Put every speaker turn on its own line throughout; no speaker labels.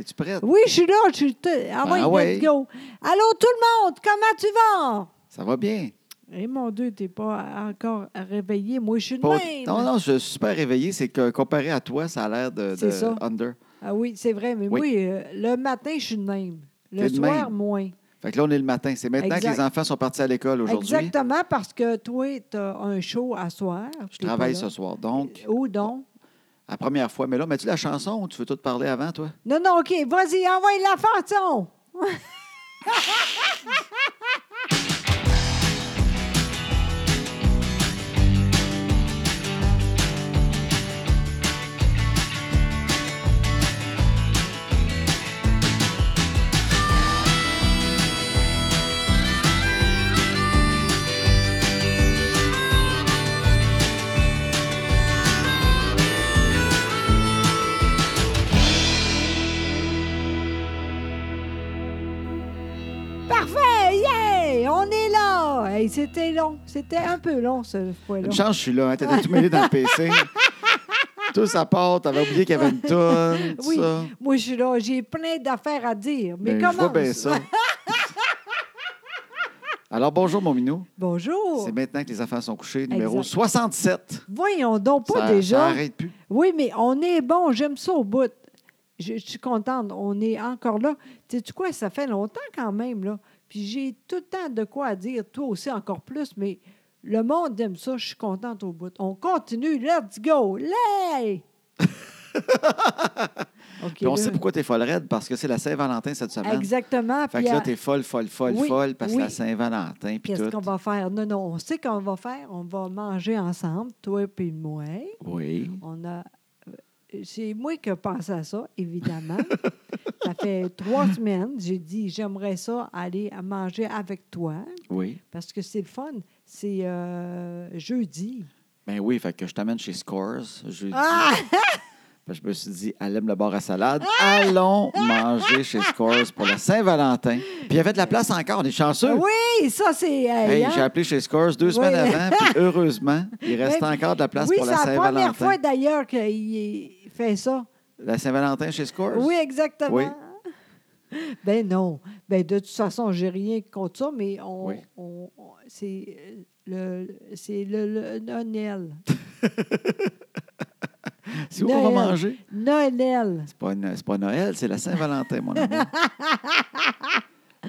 Es-tu prête?
Oui, je suis là. Je suis t- Ah
Ben
oui,
ouais.
let's go. Allô, tout le monde, comment tu vas?
Ça va bien?
Eh mon Dieu, t'es pas encore réveillé. Moi, je suis de
Pas-
même.
Non, non, je suis super réveillé. C'est que comparé à toi, ça a l'air de,
C'est
de
ça.
under.
Ah oui, c'est vrai, mais
Oui.
oui, euh, le matin, je suis de même. Le
T'es de
soir,
même.
moins.
Fait que là, on est le matin. C'est maintenant
Exact.
que les enfants sont partis à l'école aujourd'hui.
Exactement, parce que toi, tu as un show à soir.
Je travaille ce soir. Donc,
Où donc?
la première fois. Mais là, mets-tu la chanson ou tu veux tout parler avant, toi?
Non, non, OK, vas-y, envoie la farton. Parfait, yeah! On est là! Hey, c'était long, c'était un peu long, ce fois-là.
Une chance, je suis là. Hein? T'étais tout mêlé dans le PC. tout ça part. T'avais oublié qu'il y avait une tonne. tout
Oui,
ça.
moi, je suis là, j'ai plein d'affaires à dire. Mais
Ben, je
comment?
vois bien ça. Alors, bonjour, mon minou.
Bonjour.
C'est maintenant que les enfants sont couchés. Numéro
Oh. Exact.
67.
Voyons donc pas
ça, Ça
déjà.
arrête plus.
Oui, mais on est bon, j'aime ça au bout. Je, je suis contente, on est encore là. Tu sais quoi, ça fait longtemps quand même, là. Puis j'ai tout le temps de quoi à dire, toi aussi encore plus, mais le monde aime ça, je suis contente au bout. On continue, let's go, lay! OK,
Puis on
là,
sait pourquoi t'es folle raide, parce que c'est la Saint-Valentin cette semaine.
Exactement.
Fait
puis
que là,
à-
t'es folle, folle, folle,
Oui,
folle, parce que
oui.
la Saint-Valentin, puis
Qu'est-ce
tout.
qu'on va faire? Non, non, on sait qu'on va faire. On va manger ensemble, toi et moi.
Oui.
On a. euh, C'est moi qui ai pensé à ça, évidemment. ça fait trois semaines, j'ai dit j'aimerais ça aller à manger avec toi
Oui.
parce que c'est le fun. C'est euh, jeudi.
Ben oui, fait que je t'amène chez Scores. Je,
Ah!
je me suis dit, elle aime le bar à salade. Allons manger chez Scores pour la Saint-Valentin. Puis il y avait de la place encore, on est chanceux.
Ah, Oui, ça c'est. hey,
Hey,
hein?
j'ai appelé chez Scores deux
Oui.
semaines avant, puis heureusement, il restait
Ben,
encore de la place
oui,
pour la
c'est la première
Saint-Valentin.
fois d'ailleurs qu'il fait ça.
La Saint-Valentin chez Scores?
Oui, exactement.
Oui.
Ben non. Ben de toute façon, j'ai rien contre ça, mais on,
Oui.
on- on- c'est euh, le c'est le, le- Noël.
C'est où qu'on va
Noël.
manger?
Noël.
C'est pas, une- c'est pas Noël, c'est la Saint-Valentin, mon amour.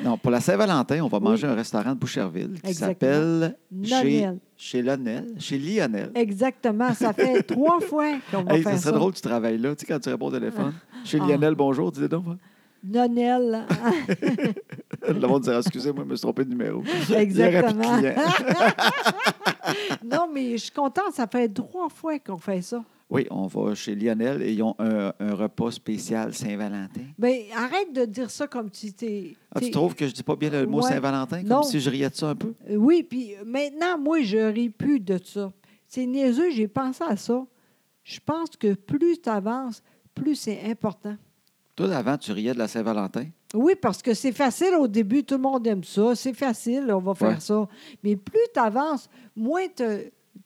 Non, pour la Saint-Valentin, on va manger à un restaurant de Boucherville qui
Exactement.
s'appelle chez,
Lionel.
chez Lionel. Chez Lionel.
Exactement. Ça fait trois fois qu'on va
Hey, ça
faire
serait
ça.
drôle que tu travailles là, tu sais, quand tu réponds au téléphone. Chez
Ah.
Lionel, bonjour, dis donc.
Noël.
Le monde dira, excusez-moi, je me suis trompé de numéro.
Exactement.
Il y aura plus de clients.
non, mais je suis contente. Ça fait trois fois qu'on fait ça.
Oui, on va chez Lionel et ils ont un, un repas spécial Saint-Valentin.
Ben arrête de dire ça comme si t'es.
Ah, tu
t'es-
trouves que je dis pas bien le mot
Ouais.
Saint-Valentin, comme
Non.
si je riais de ça un peu?
Euh, Oui, puis euh, maintenant, moi, je ris plus de ça. C'est niaiseux, j'ai pensé à ça. Je pense que plus tu avances, plus c'est important.
Toi, avant, tu riais de la Saint-Valentin.
Oui, parce que c'est facile au début, tout le monde aime ça, c'est facile, on va faire
Ouais.
ça. Mais plus tu avances, moins tu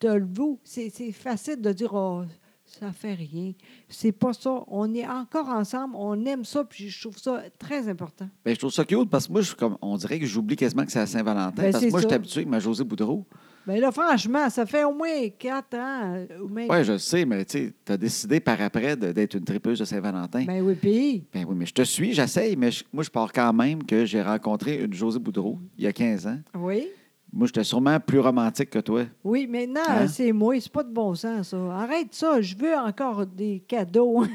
le vaux. C'est c'est facile de dire, oh, ça fait rien. C'est pas ça. On est encore ensemble, on aime ça, puis je trouve ça très important.
Ben, je trouve ça cute parce que moi, je suis comme, on dirait que j'oublie quasiment que c'est à Saint-Valentin.
Ben,
parce que
c'est
moi,
ça.
je suis habitué avec ma Josée Boudreau.
Mais Ben là, franchement, ça fait au moins quatre ans. euh, ou même-
Oui, je le sais, mais tu as décidé par après de- d'être une tripeuse de Saint-Valentin. Ben,
Ben oui, puis.
oui, mais je te suis, j'essaye, mais je- moi, je pars quand même que j'ai rencontré une Josée Boudreau il y a 15 ans.
Oui.
Moi, j'étais sûrement plus romantique que toi.
Oui, maintenant,
Hein?
euh, c'est moi. C'est pas de bon sens, ça. Arrête ça. Je veux encore des cadeaux.
Moi,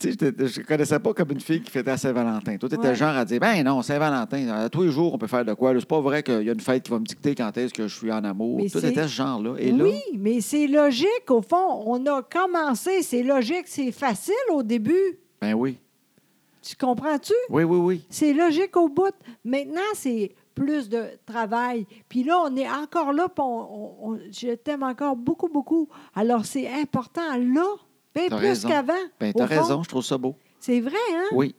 Tu sais, j'étais- je ne connaissais pas comme une fille qui fêtait à Saint-Valentin. Toi, tu étais
Ouais.
genre à dire Ben non, Saint-Valentin, à tous les jours, on peut faire de quoi. là. C'est pas vrai qu'il y a une fête qui va me dicter quand est-ce que je suis en amour.
Mais
Toi,
c'est-
t'étais ce genre-là. Et là,
oui, mais c'est logique. Au fond, on a commencé. C'est logique. C'est facile au début.
ben oui.
Tu comprends-tu?
Oui, oui, oui.
C'est logique au bout. Maintenant, c'est plus de travail. Puis là, on est encore là. puis on- on- on- je t'aime encore beaucoup, beaucoup. Alors, c'est important là. Bien
T'as
plus
raison.
qu'avant.
Ben,
au
t'as
fond.
raison, je trouve ça beau.
C'est vrai, hein?
Oui.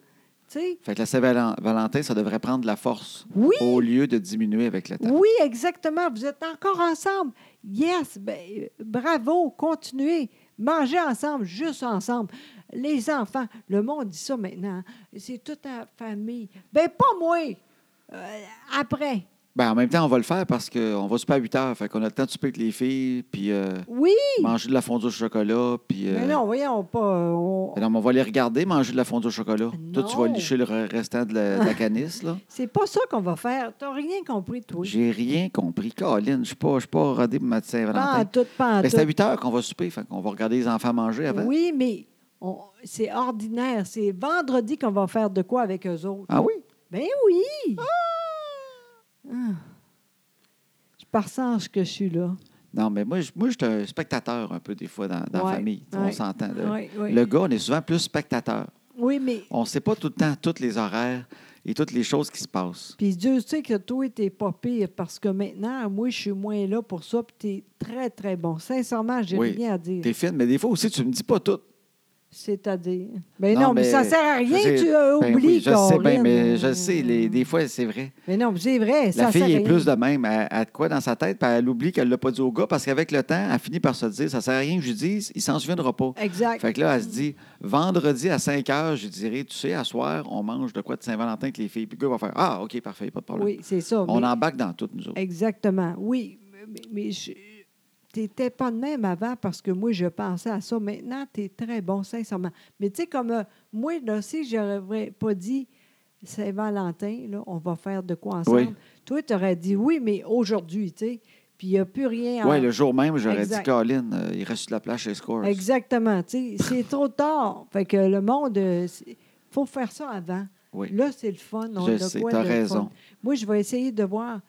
Tu sais?
Fait que la Saint-Valentin, ça devrait prendre de la force
Oui.
au lieu de diminuer avec le temps.
Oui, exactement. Vous êtes encore ensemble. Yes, ben, euh, bravo, continuez. Manger ensemble, juste ensemble. Les enfants, le monde dit ça maintenant. hein. C'est toute la famille. Ben, pas moi. Euh, après.
Ben, en même temps, on va le faire parce qu'on va super à 8 heures. Fait qu'on a le temps de souper avec les filles, puis euh,
Oui.
manger de la fondue au chocolat, puis. euh,
Mais non, voyons pas. euh, on-
ben non, mais on va les regarder manger de la fondue au chocolat. Toi, tu vas
Non.
licher le re- restant de la, de la canisse, là.
C'est pas ça qu'on va faire. T'as rien compris, toi.
J'ai rien compris. Colin, je suis pas, je suis pas rodé pour ma
Pas en
Saint-Valentin.
tout, pas en
Ben, c'est hein. à
tout.
8 heures qu'on va souper. Fait qu'on va regarder les enfants manger avant.
Ah, Oui, mais on- c'est ordinaire. C'est vendredi qu'on va faire de quoi avec eux autres.
Ah oui?
Ben oui! Ah. Je partage que je suis là.
Non, mais moi, je moi, je suis un spectateur un peu des fois dans, dans
Ouais,
la famille.
ouais,
on s'entend. Ah, là.
ouais, ouais.
Le gars, on est souvent plus spectateur.
Oui, mais.
On ne sait pas tout le temps tous les horaires et toutes les choses qui se passent.
Puis Dieu sait que toi, t'es pas pire parce que maintenant, moi, je suis moins là pour ça. Puis t'es très, très bon. Sincèrement, j'ai
Oui.
rien à dire.
T'es fine, mais des fois aussi, tu me dis pas tout.
C'est-à-dire. Ben non,
Non,
mais,
mais
ça sert à
Je
rien.
sais-
tu euh,
ben
oublies
oui, Je sais bien,
Colin.
mais je le sais, les- des fois, c'est vrai.
Mais non, mais c'est vrai.
La
ça sert à
fille est
rien.
plus de même. Elle elle a de quoi dans sa tête, puis elle oublie qu'elle l'a pas dit au gars, parce qu'avec le temps, elle finit par se dire ça sert à rien que je lui dise, il s'en souviendra pas.
Exact.
Fait que là, elle se dit, vendredi à 5 heures, je dirais, tu sais, à soir, on mange de quoi de Saint-Valentin avec les filles. Puis le gars va faire, ah, OK, parfait, pas de problème.
oui, c'est ça.
On
mais-
embarque dans tout, nous autres.
Exactement. Oui, mais, mais je t'étais pas de même avant parce que moi, je pensais à ça. Maintenant, tu es très bon, sincèrement. Mais tu sais, comme euh, moi, là, si je n'aurais pas dit Saint-Valentin, là, on va faire de quoi ensemble,
Oui.
toi, tu aurais dit oui, mais aujourd'hui, tu sais, puis il n'y a plus rien. à-
Oui, le jour même, j'aurais dit,
Exact.
Colin, euh, il reste sur la plage chez Scores.
Exactement. tu sais, C'est trop tard. Fait que le monde, il faut faire ça avant.
Oui.
Là, c'est le fun. On
Je
a de
sais,
quoi
t'as
de fun.
raison.
Moi, je vais essayer de voir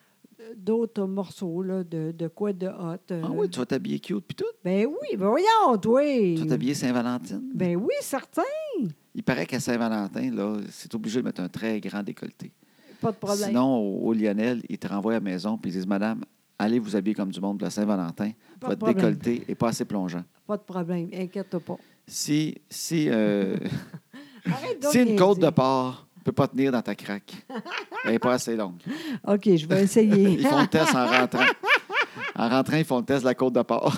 euh, d'autres morceaux là, de, de quoi de hot. euh.
Ah oui, tu vas t'habiller cute, puis tout.
Ben oui, ben voyons, toi.
Tu vas t'habiller Saint-Valentine.
Ben oui, certain.
Il paraît qu'à Saint-Valentin, là, c'est obligé de mettre un très grand décolleté.
Pas de problème.
Sinon, au, au Lionel, ils te renvoient à la maison, puis ils disent, Madame, allez vous habiller comme du monde pour la Saint-Valentin.
Pas de
Votre
problème.
décolleté est pas assez plongeant.
Pas de problème. Inquiète-toi pas.
Si, si, euh,
Arrête donc
si une
rien
côte de
dire.
porc ne peut pas tenir dans ta craque, elle n'est pas assez longue.
OK, je vais essayer.
Ils font le test en rentrant. En rentrant, ils font le test de la côte de porc.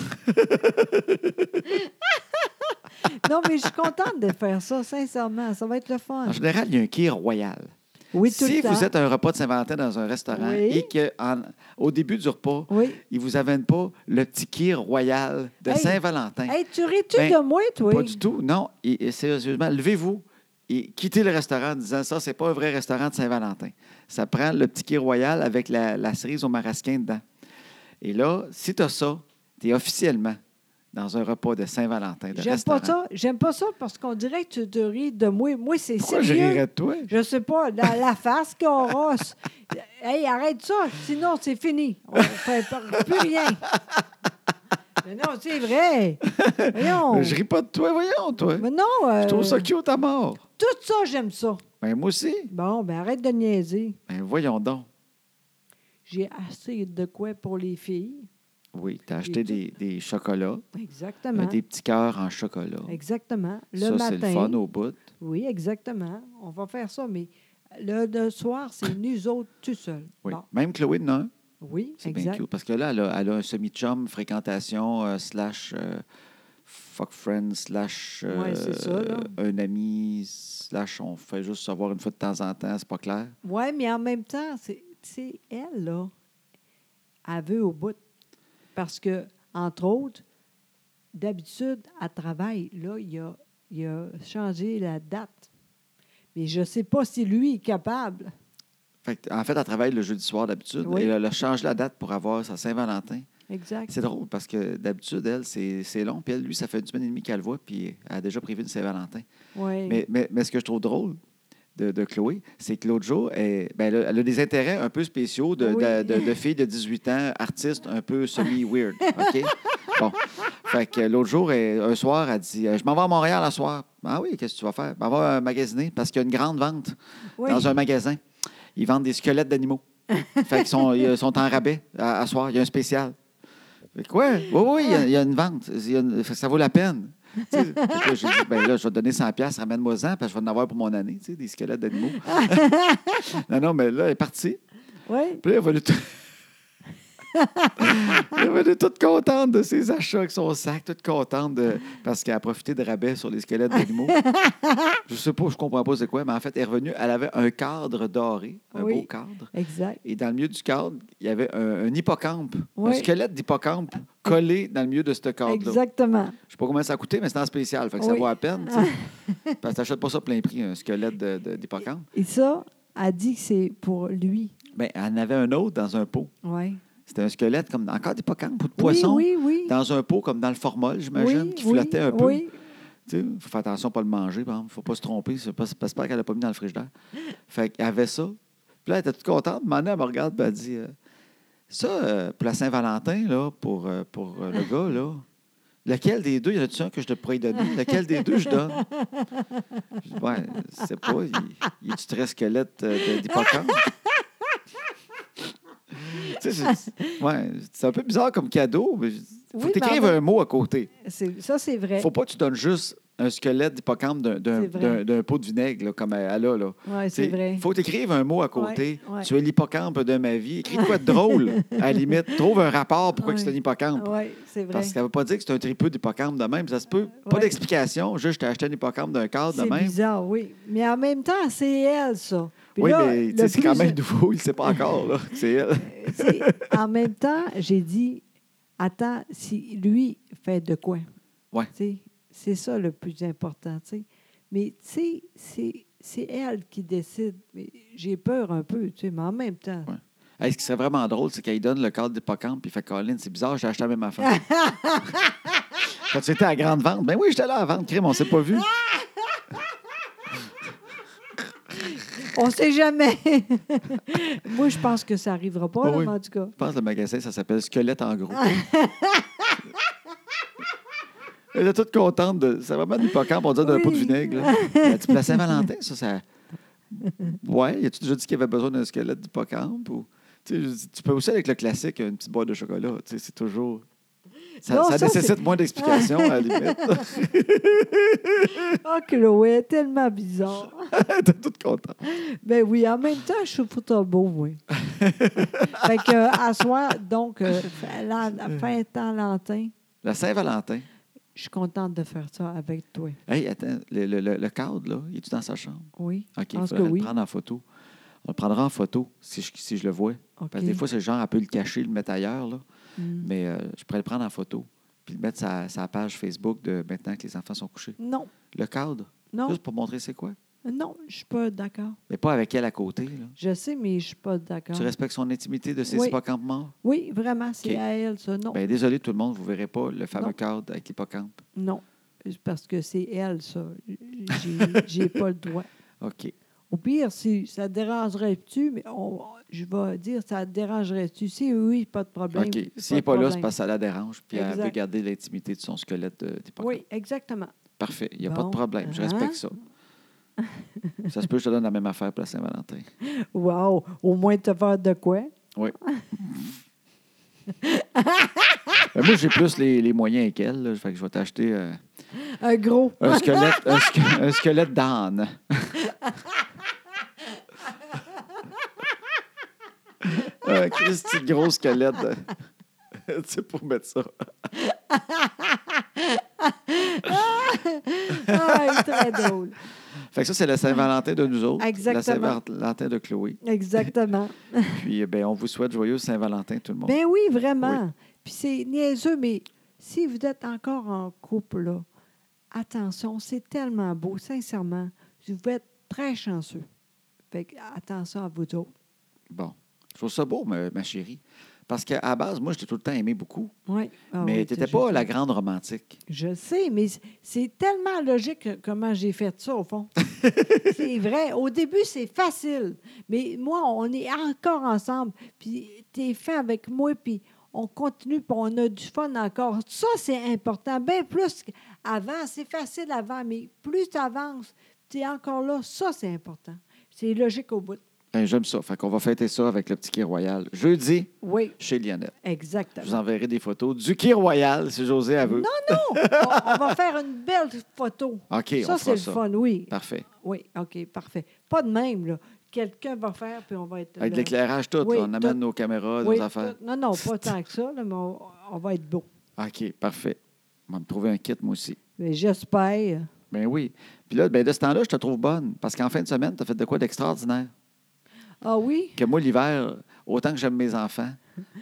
non, mais je suis contente de faire ça, sincèrement. Ça va être le fun.
En général, il y a un qui royal.
Ah. Oui, tout
Ah, si
le temps.
vous êtes à un repas de Saint-Valentin dans un restaurant
Oui.
et qu'au début du repas,
Oui.
ils ne vous amènent pas le petit kir royal de
Hey.
Saint-Valentin.
Hey, tu ris-tu
Ben,
de moi, toi?
Pas du tout. Non, et, et sérieusement, levez-vous et quittez le restaurant en disant ça, c'est pas un vrai restaurant de Saint-Valentin. Ça prend le petit kir royal avec la, la cerise au marasquin dedans. Et là, si tu as ça, tu es officiellement dans un repas de Saint-Valentin. de
J'aime
restaurant.
pas ça. J'aime pas ça parce qu'on dirait que tu te ris de moi. Moi, c'est
Pourquoi je
sérieux.
rirais de toi?
Je sais pas, la, la face qu'on rosse. Hey, arrête ça, sinon c'est fini. On fait pas- plus rien. Mais non, c'est vrai. Voyons.
Je ris pas de toi, voyons, toi.
Mais non, euh,
Je trouve ça cute à mort.
tout ça, j'aime ça.
Ben, moi aussi.
Bon, ben arrête de niaiser.
Ben, voyons donc.
J'ai assez de quoi pour les filles.
Oui, tu as acheté des, des chocolats, euh,
Exactement.
des petits cœurs en chocolat.
Exactement. Le
ça, c'est
matin.
le fun au bout.
Oui, exactement. On va faire ça, mais le, le soir, c'est nous autres tout seuls.
Oui.
Bon,
Même Chloé en a un.
oui,
C'est bien
exact.
cute. Parce que là, elle a, elle a un semi-chum, fréquentation, euh, slash euh, fuck friend, slash euh,
Ouais, c'est ça, là.
un ami, slash on fait juste se voir une fois de temps en temps, c'est pas clair.
Oui, mais en même temps, c'est tu sais, elle, là, elle veut au bout. Parce que, entre autres, d'habitude, elle travaille. Là, il a, il a changé la date. Mais je ne sais pas si lui est capable.
Fait que, en fait, elle travaille le jeudi soir d'habitude
Oui.
et elle a changé la date pour avoir sa Saint-Valentin.
Exact.
C'est drôle parce que d'habitude, elle, c'est c'est long. Puis elle, lui, ça fait une semaine et demie qu'elle le voit, puis elle a déjà prévu une Saint-Valentin.
Oui.
Mais, mais, mais ce que je trouve drôle de, de Chloé, c'est que l'autre jour, elle, ben, elle a- elle a des intérêts un peu spéciaux de,
Oui.
de, de- de filles de 18 ans, artistes un peu semi-weird. OK? Bon. Fait que l'autre jour, elle- un soir, elle dit euh, Je m'en vais à Montréal à soir. Ah oui, qu'est-ce que tu vas faire? Ben, on va euh, magasiner parce qu'il y a une grande vente
Oui.
dans un magasin. Ils vendent des squelettes d'animaux. fait qu'ils sont, ils euh, sont en rabais à, à soir. Il y a un spécial. Fait que, ouais, oui, oui, il y a- il y, a une vente. Il y a une- fait que ça vaut la peine. Tu sais, fait que là, j'ai dit, ben là, je vais te donner 100 pièces, ramène-moi-en, parce que je vais en avoir pour mon année, tu sais, des squelettes d'animaux. non, non, mais là, elle est partie.
Oui.
Puis là, elle va lui... Elle est toute contente de ses achats avec son sac, toute contente de- parce qu'elle a profité de rabais sur les squelettes d'animaux. je sais pas, je comprends pas c'est quoi, mais en fait, elle est revenue, elle avait un cadre doré, un
Oui.
beau cadre.
Exact.
Et dans le milieu du cadre, il y avait un, un hippocampe, un
Oui.
squelette d'hippocampe collé dans le milieu de ce cadre-là.
Exactement.
Je sais pas combien ça a coûté, mais c'est en spécial, fait que ça
Oui.
vaut à peine. tu sais. parce que t'achètes pas ça plein prix, un squelette de- de- d'hippocampe.
Et ça, elle dit que c'est pour lui.
Ben, elle en avait un autre dans un pot.
Ouais.
C'était un squelette comme encore d'hippocampe ou de poisson.
Oui, oui, oui.
Dans un pot comme dans le formol, j'imagine,
Oui,
qui
oui,
flottait un peu.
Oui,
Il faut faire attention à pas le manger, par exemple. faut pas se tromper. C'est pas- J'espère qu'elle l'a pas mis dans le frigidaire. Fait qu'elle avait ça. Puis là, elle était toute contente. Maintenant, elle me regarde et elle dit euh, Ça, euh, pour la Saint-Valentin, là, pour, euh, pour euh, le gars, là, lequel des deux, y en a-tu un que je te pourrais donner Lequel des deux je donne Je dis Ouais, c'est pas. Il, il est-tu très squelette euh, de- d'hippocampe Tu sais, c'est- ouais, c'est un peu bizarre comme cadeau. mais je- Faut
Oui,
que t'écrives
mais en-
un mot à côté
c'est- ça, c'est vrai.
faut pas que tu donnes juste un squelette d'hippocampe d'un- d'un-
C'est vrai.
d'un d'un pot de vinaigre, là, comme elle a. Là.
Oui,
T'sais,
c'est vrai.
faut t'écrire un mot à côté.
Ouais, ouais.
Tu es l'hippocampe de ma vie. Écris de quoi de drôle, à la limite. Trouve un rapport pourquoi que c'est un
Ouais.
hippocampe.
Oui, c'est vrai.
Parce qu'elle ne veut pas dire que c'est un tripeux d'hippocampe de même. Ça se peut. Pas
Ouais.
d'explication. Juste, je t'ai acheté un hippocampe d'un cadre de
C'est
même.
bizarre, oui. Mais en même temps, c'est elle, ça. Puis
Oui,
là,
mais
le
t'sais, c'est quand
plus- euh,
même nouveau. Il ne sait pas encore. là. C'est elle.
Tu sais, en même temps, j'ai dit, attends, si lui fait de quoi?
Ouais.
Tu sais, C'est ça le plus important. tu sais. Mais tu sais, c'est- c'est elle qui décide. Mais J'ai peur un peu, tu sais, mais en même temps.
Ouais. Hey, ce qui serait vraiment drôle, c'est qu'elle donne le cadre d'hippocampe puis il fait Colin, c'est bizarre, j'ai acheté la même affaire. Quand tu étais à la grande vente, ben oui, j'étais là à la vente, crime, on s'est pas vu.
On ne sait jamais. Moi, je pense que ça n'arrivera pas,
Ah
là,
oui.
mais en tout cas.
Je pense que le magasin, ça s'appelle Squelette en gros. Elle est toute contente. De... C'est vraiment du pocamp, on dirait d'un
Oui.
pot de vinaigre. là. Elle a dit, Pour la Saint-Valentin, ça, ça. Ouais, as-tu déjà dit qu'il y avait besoin d'un squelette du pocamp? Ou... Tu sais, je dis, tu peux aussi avec le classique, une petite boîte de chocolat. Tu sais, c'est toujours. Ça,
Non,
ça
ça,
nécessite moins d'explications, à la limite.
Ah, Chloé, tellement bizarre.
Elle était toute contente.
Ben oui, en même temps, je trouve ça beau, oui. fait que, euh, à soi, donc, euh, fin lan- fin temps lentin,
La Saint-Valentin.
je suis contente de faire ça avec toi.
Hey, attends, le, le- le- le cadre, là, il est-tu dans sa chambre?
Oui,
OK,
je
il
pense que
faudrait
oui.
le prendre en photo. On le prendra en photo si je, si je le vois.
OK.
Parce que des fois, c'est le genre, elle peut le cacher, le mettre ailleurs, là.
Mm.
mais euh, je pourrais le prendre en photo puis le mettre sa, sa page Facebook de maintenant que les enfants sont couchés.
Non,
Le cadre,
non,
juste pour montrer c'est quoi.
non, je suis pas d'accord.
Mais pas avec elle à côté. là.
Je sais, mais je suis pas d'accord.
Tu respectes son intimité de ses
Oui.
hippocampes morts?
Oui, vraiment, c'est
OK. Ben-
à elle, ça. Non,
Bien, désolé tout le monde, vous ne verrez pas le fameux
Non.
cadre avec l'hippocampe.
non, parce que c'est elle, ça. J'ai j'ai pas le droit.
OK.
Au pire, si ça te dérangerait-tu, mais on- je vais dire, ça te dérangerait-tu? Si oui, Ben, pas de problème.
OK. S'il n'est
de
pas là, c'est
problème.
parce que ça la dérange, puis elle veut
Exact.
garder l'intimité de son squelette de- d'hippocampe.
Oui, exactement.
Parfait, il n'y a pas de
Bon. Ah.
problème, je
Hein?
respecte ça. ça se peut, que je te donne la même affaire pour la Saint-Valentin.
Wow! Au moins, te faire de quoi?
Oui. Ben, moi, j'ai plus les, les moyens qu'elle. là. Fait que je vais t'acheter euh,
Un gros.
un squelette, un sque- un squelette d'âne. un Christy de Ah, gros squelette. de- tu sais, pour mettre ça.
Ah, très drôle.
Fait que ça, c'est la Saint-Valentin de nous autres.
Exactement.
La Saint-Valentin de Chloé.
Exactement.
Puis, ben, on vous souhaite joyeux Saint-Valentin, tout le monde.
Ben oui, vraiment. Puis c'est niaiseux, mais si vous êtes encore en couple, là, attention, c'est tellement beau, sincèrement. Vous êtes très chanceux. Fait que attention à vous autres.
Bon. Je trouve ça beau, ma, ma chérie. Parce qu'à la base, moi, je t'ai tout le temps aimé beaucoup.
Oui. Ah
mais
oui,
tu n'étais
t'as-
pas la grande romantique.
Je sais, mais c- c'est tellement logique que- comment j'ai fait ça, au fond. c'est vrai. Au début, c'est facile. Mais moi, on est encore ensemble. Puis, t'es fin avec moi, puis on continue, puis on a du fun encore. Ça, c'est important. Bien plus qu'avant, c'est facile avant, mais plus tu avances, tu es encore là. Ça, c'est important. C'est logique au bout.
Ben, J'aime ça. Fait qu'on va fêter ça avec le petit quai royal. Jeudi,
Oui,
chez Lionel. Je vous
exactement.
enverrai des photos du quai royal, si José a veut.
Non, non! on, on va faire une belle photo.
OK, on
ça,
fera
c'est le
ça.
fun, oui.
Parfait.
Oui, OK, parfait. Pas de même, là. quelqu'un va faire, puis on va être.
Avec de
là.
l'éclairage, tout.
Oui,
là, on amène
tout.
nos caméras,
Oui,
nos affaires.
tout. Non, non, pas tant que ça, là, mais on, on va être beau.
OK, parfait. On va me trouver un kit, moi aussi.
Mais j'espère.
Ben oui. Puis là, ben, de ce temps-là, je te trouve bonne. Parce qu'en fin de semaine, tu as fait de quoi d'extraordinaire?
Ah oui?
Que moi, l'hiver, autant que j'aime mes enfants,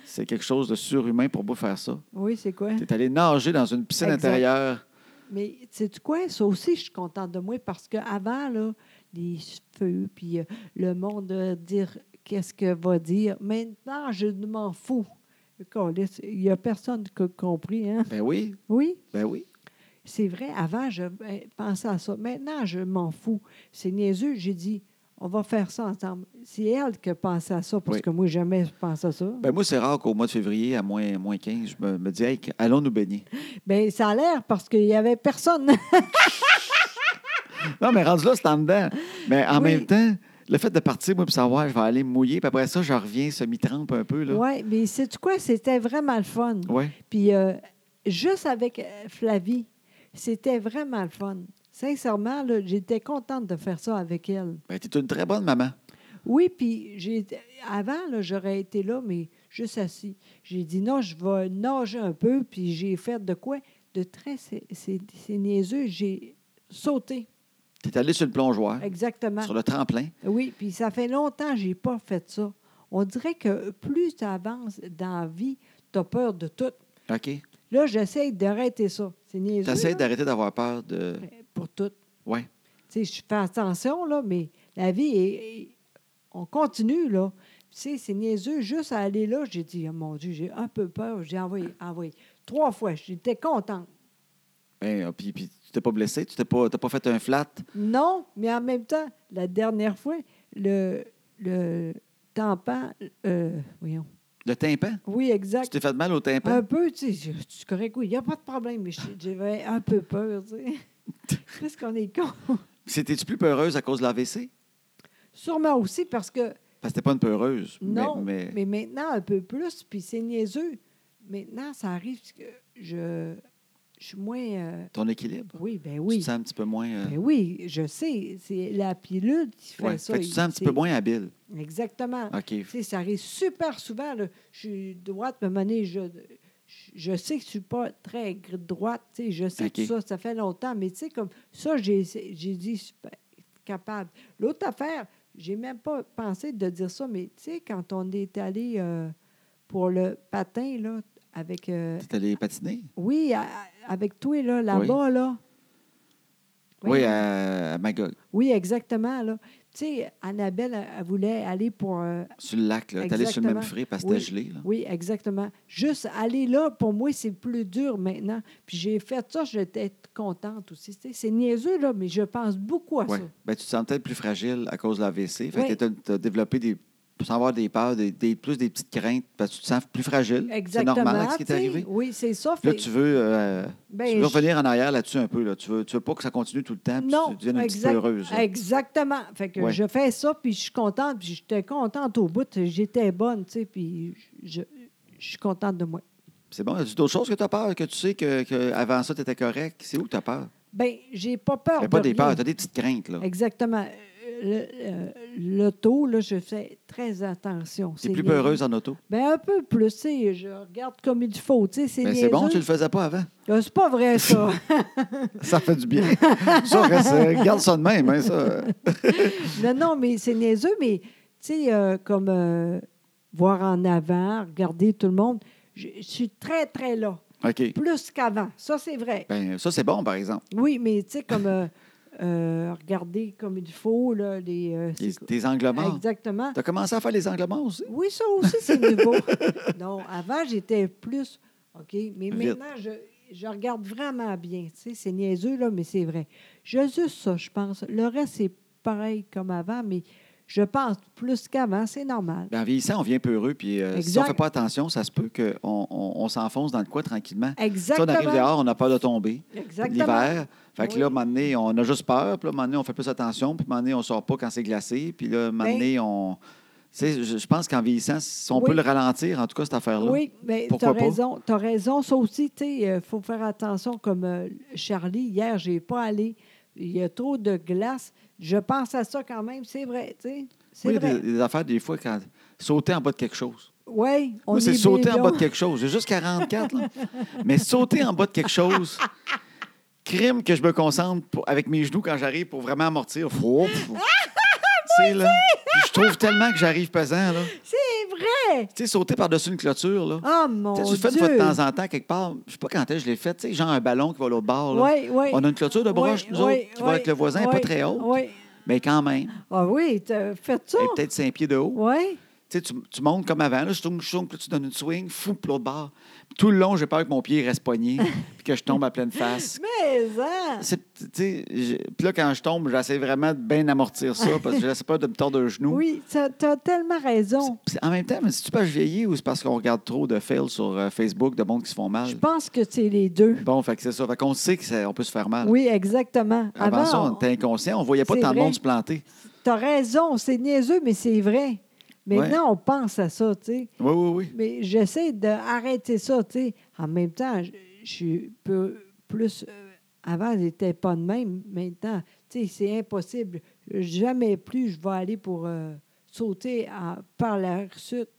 c'est quelque chose de surhumain pour moi faire ça.
Oui, c'est quoi?
Tu es allé nager dans une piscine
Exact.
intérieure.
Mais sais-tu quoi? Ça aussi, je suis contente de moi parce qu'avant, là, les feux, puis euh, le monde euh, dire qu'est-ce que va dire. Maintenant, je ne m'en fous. Câlisse, Il n'y a personne qui a compris, hein?
Ben oui,
Oui,
ben oui.
c'est vrai. Avant, je euh, pensais à ça. Maintenant, je m'en fous. C'est niaiseux. J'ai dit, on va faire ça ensemble. C'est elle qui a pensé à ça parce
Oui.
que moi, jamais je pense à ça.
Ben moi, c'est rare qu'au mois de février, à moins, moins 15, je me, me dis, hey, allons nous baigner.
Bien, Ben, ça a l'air parce qu'il n'y avait personne.
Non, mais rendu là, c'est en dedans. Mais en
Oui.
même temps, le fait de partir, moi, pour savoir, je vais aller me mouiller, puis après ça, je reviens semi-trempe un peu, là.
oui, mais sais-tu quoi? C'était vraiment le fun.
Ouais.
Puis euh, juste avec euh, Flavie, c'était vraiment le fun. Sincèrement, là, j'étais contente de faire ça avec elle.
Ben, t'es une très bonne maman.
Oui, puis j'ai- avant, là, j'aurais été là, mais juste assis. J'ai dit non, je vais nager un peu, puis j'ai fait de quoi? De très, c'est c'est- c'est niaiseux, j'ai sauté.
T'es allée sur le plongeoir,
Exactement.
sur le tremplin.
Oui, puis ça fait longtemps que je n'ai pas fait ça. On dirait que plus tu avances dans la vie, tu as peur de tout.
OK.
Là, j'essaye d'arrêter ça. C'est niaiseux.
T'essayes
là.
d'arrêter d'avoir peur de.
pour tout.
Ouais.
Tu sais, je fais attention, là, mais la vie, est- est- on continue, là. Tu sais, c'est niaiseux, juste à aller là, j'ai dit, oh mon Dieu, j'ai un peu peur. J'ai envoyé, envoyé. Trois fois, j'étais contente.
Ben, euh, puis, puis tu t'es pas blessé, tu t'es pas, t'as pas fait un flat.
Non, mais en même temps, la dernière fois, le, le tympan, euh, voyons.
Le tympan.
Oui,
Tu
exact. Euh,
t'es fait mal au tympan.
Un peu, tu sais, je- tu correct, oui, il n'y a pas de problème, mais j'ai- j'avais un peu peur, tu sais. Qu'est-ce qu'on est con?
C'était-tu plus peureuse à cause de l'AVC?
Sûrement aussi parce que
Parce que t'es pas une peureuse. mais-
Non, mais,
mais,
maintenant, un peu plus, puis c'est niaiseux. Maintenant, ça arrive parce que je, je suis moins... euh,
ton équilibre.
oui, ben
Tu
oui.
te sens un petit peu moins. euh,
Ben oui, je sais. C'est la pilule qui fait
ouais.
ça.
Fait que tu te sens un petit
c'est-
peu moins habile.
Exactement.
OK.
Tu sais, ça arrive super souvent. là. Je suis droite, mais à un moment donné, je, je, je sais que je ne suis pas très gr- droite. tu sais, Je sais
OK.
que ça, ça fait longtemps. Mais tu sais, comme ça, j'ai j'ai dit, je suis pas capable. L'autre affaire, j'ai même pas pensé de dire ça, mais tu sais, quand on est allé euh, pour le patin, là, avec... euh,
T'es allé patiner?
oui, à- avec toi, là, là-bas, là.
Oui, hein. à, à Magog,
Oui, exactement, là. Tu sais, Annabelle, elle, elle voulait aller pour... euh,
sur le lac. là. T'es allé sur le
Exactement.
même frais parce que
Oui.
t'es gelé. Là.
Oui, exactement. Juste aller là, pour moi, c'est plus dur maintenant. Puis j'ai fait ça, j'étais contente aussi. Tu sais, C'est niaiseux, là, mais je pense beaucoup à
Ouais.
ça.
Ben, tu te sentais plus fragile à cause de l'AVC. Fait
Oui.
que tu as développé des. Sans avoir des peurs, des, des- plus des petites craintes, parce que tu te sens plus fragile.
Exactement.
C'est normal avec ce qui
tu
est
sais.
arrivé.
Oui, c'est ça.
Puis Là,
Fait-
tu veux, euh,
ben,
tu veux
je-
revenir en arrière là-dessus un peu. Là. Tu, veux, tu veux pas que ça continue tout le temps, puis
Non,
tu deviennes une
exact-
petite peu heureuse. là.
Exactement. Fait que
Ouais.
je fais ça, puis je suis contente, puis j'étais contente au bout. J'étais bonne, tu sais, puis je, je suis contente de moi.
C'est bon. As-tu d'autres choses que tu as peur, que tu sais que, que avant ça, tu étais correct? C'est où que tu as peur?
Ben, j'ai pas peur.
T'as
de
pas des
rien.
peurs, tu as des petites craintes. là.
Exactement. Euh, le- euh, L'auto, là, je fais très attention.
Tu es plus
niaiseux.
peureuse en auto.
Ben un peu plus, tu sais, je regarde comme il faut, tu sais, c'est
Mais Ben, c'est bon, tu
niaiseux.
le faisais pas avant.
Ah, C'est pas vrai, ça.
Ça fait du bien. ça, reste- euh, garde ça de même. hein, ça.
non, non, mais c'est niaiseux, mais, tu sais, euh, comme euh, voir en avant, regarder tout le monde, je je suis très, très là,
OK.
plus qu'avant. Ça, c'est vrai.
Ben, ça, c'est bon, par exemple.
Oui, mais, tu sais, comme euh, euh, regarder comme il faut, là, les... euh,
Tes,
c'est-
tes angles morts.
exactement.
Tu as commencé à faire les angles morts aussi?
Oui, ça aussi, c'est nouveau. non, avant, j'étais plus. OK, mais
Vite.
maintenant, je, je regarde vraiment bien. Tu sais, c'est niaiseux, là, mais c'est vrai. J'ai juste ça, je pense. Le reste, c'est pareil comme avant, mais je pense plus qu'avant, c'est normal.
Ben, en vieillissant, on vient peureux, puis euh, si
Exact.
on fait pas attention, ça se peut qu'on on, on s'enfonce dans le coin tranquillement. Tu sais,
Exactement.
on arrive dehors, on a peur de tomber.
Exactement.
L'hiver. Fait que
Oui.
là, un moment donné, on a juste peur, puis là, un moment donné, on fait plus attention, puis un moment donné, on sort pas quand c'est glacé, puis là, un moment
Ben-
donné, on. Tu sais, je je pense qu'en vieillissant, si on
Oui.
peut le ralentir, en tout cas, cette affaire-là.
Oui, mais tu as
Pourquoi pas?
raison. Tu as raison. Ça aussi, tu sais, il faut faire attention. Comme euh, Charlie, hier, je n'ai pas allé. Il y a trop de glace. Je pense à ça quand même, c'est vrai, tu sais. C'est
Moi, il y a
vrai.
des, des affaires, des fois, quand sauter en bas de quelque chose.
Oui, on
Moi, c'est
est
sauter
bien
en bas
là.
de quelque chose. J'ai juste 44, là. Mais sauter en bas de quelque chose, crime que je me concentre pour- avec mes genoux quand j'arrive pour vraiment amortir. Fou, fou. Tu sais, là, puis je trouve tellement que j'arrive pesant, là.
C'est vrai!
Tu sais, sauter par-dessus une clôture, là.
Ah, mon
Tu sais,
Dieu!
tu le fais une fois de temps en temps, quelque part. Je sais pas quand est-ce que je l'ai fait. Tu sais, genre un ballon qui va à l'autre bord, là.
Oui, oui.
On a une clôture de broche, nous autres, qui va avec le voisin, pas très haute,
Oui.
mais quand même.
Ah oui, t'as fait ça?
Elle est peut-être 5 pieds de haut.
Oui.
Tu, sais, tu, tu montes comme avant, là, je tombe, je tombe, puis là, tu donnes une swing, fou, puis l'autre barre. Tout le long, j'ai peur que mon pied reste poigné, puis que je tombe à pleine face.
Mais, hein?
C'est- tu sais, je- Puis là, quand je tombe, j'essaie vraiment de bien amortir ça, parce que j'essaie pas de me tordre le genou.
Oui, t'as t'as tellement raison.
Puis en même temps, mais c'est-tu parce que je vieillis ou c'est parce qu'on regarde trop de fails sur euh, Facebook, de monde qui se font mal?
Je pense que c'est les deux.
Bon, fait que c'est ça. Fait qu'on sait qu'on peut se faire mal.
Oui, exactement.
Avant, ça, on
Avant,
était inconscient. On voyait pas
C'est
tant de
vrai.
monde se planter.
t'as raison, c'est niaiseux, mais c'est vrai. Maintenant, on pense à ça, tu sais.
Oui, oui, oui.
Mais j'essaie d'arrêter ça, tu sais. En même temps, je- je suis peu- plus... euh, Avant, je n'étais pas de même. Maintenant, tu sais, c'est impossible. Jamais plus je vais aller pour euh, sauter en- par la chute.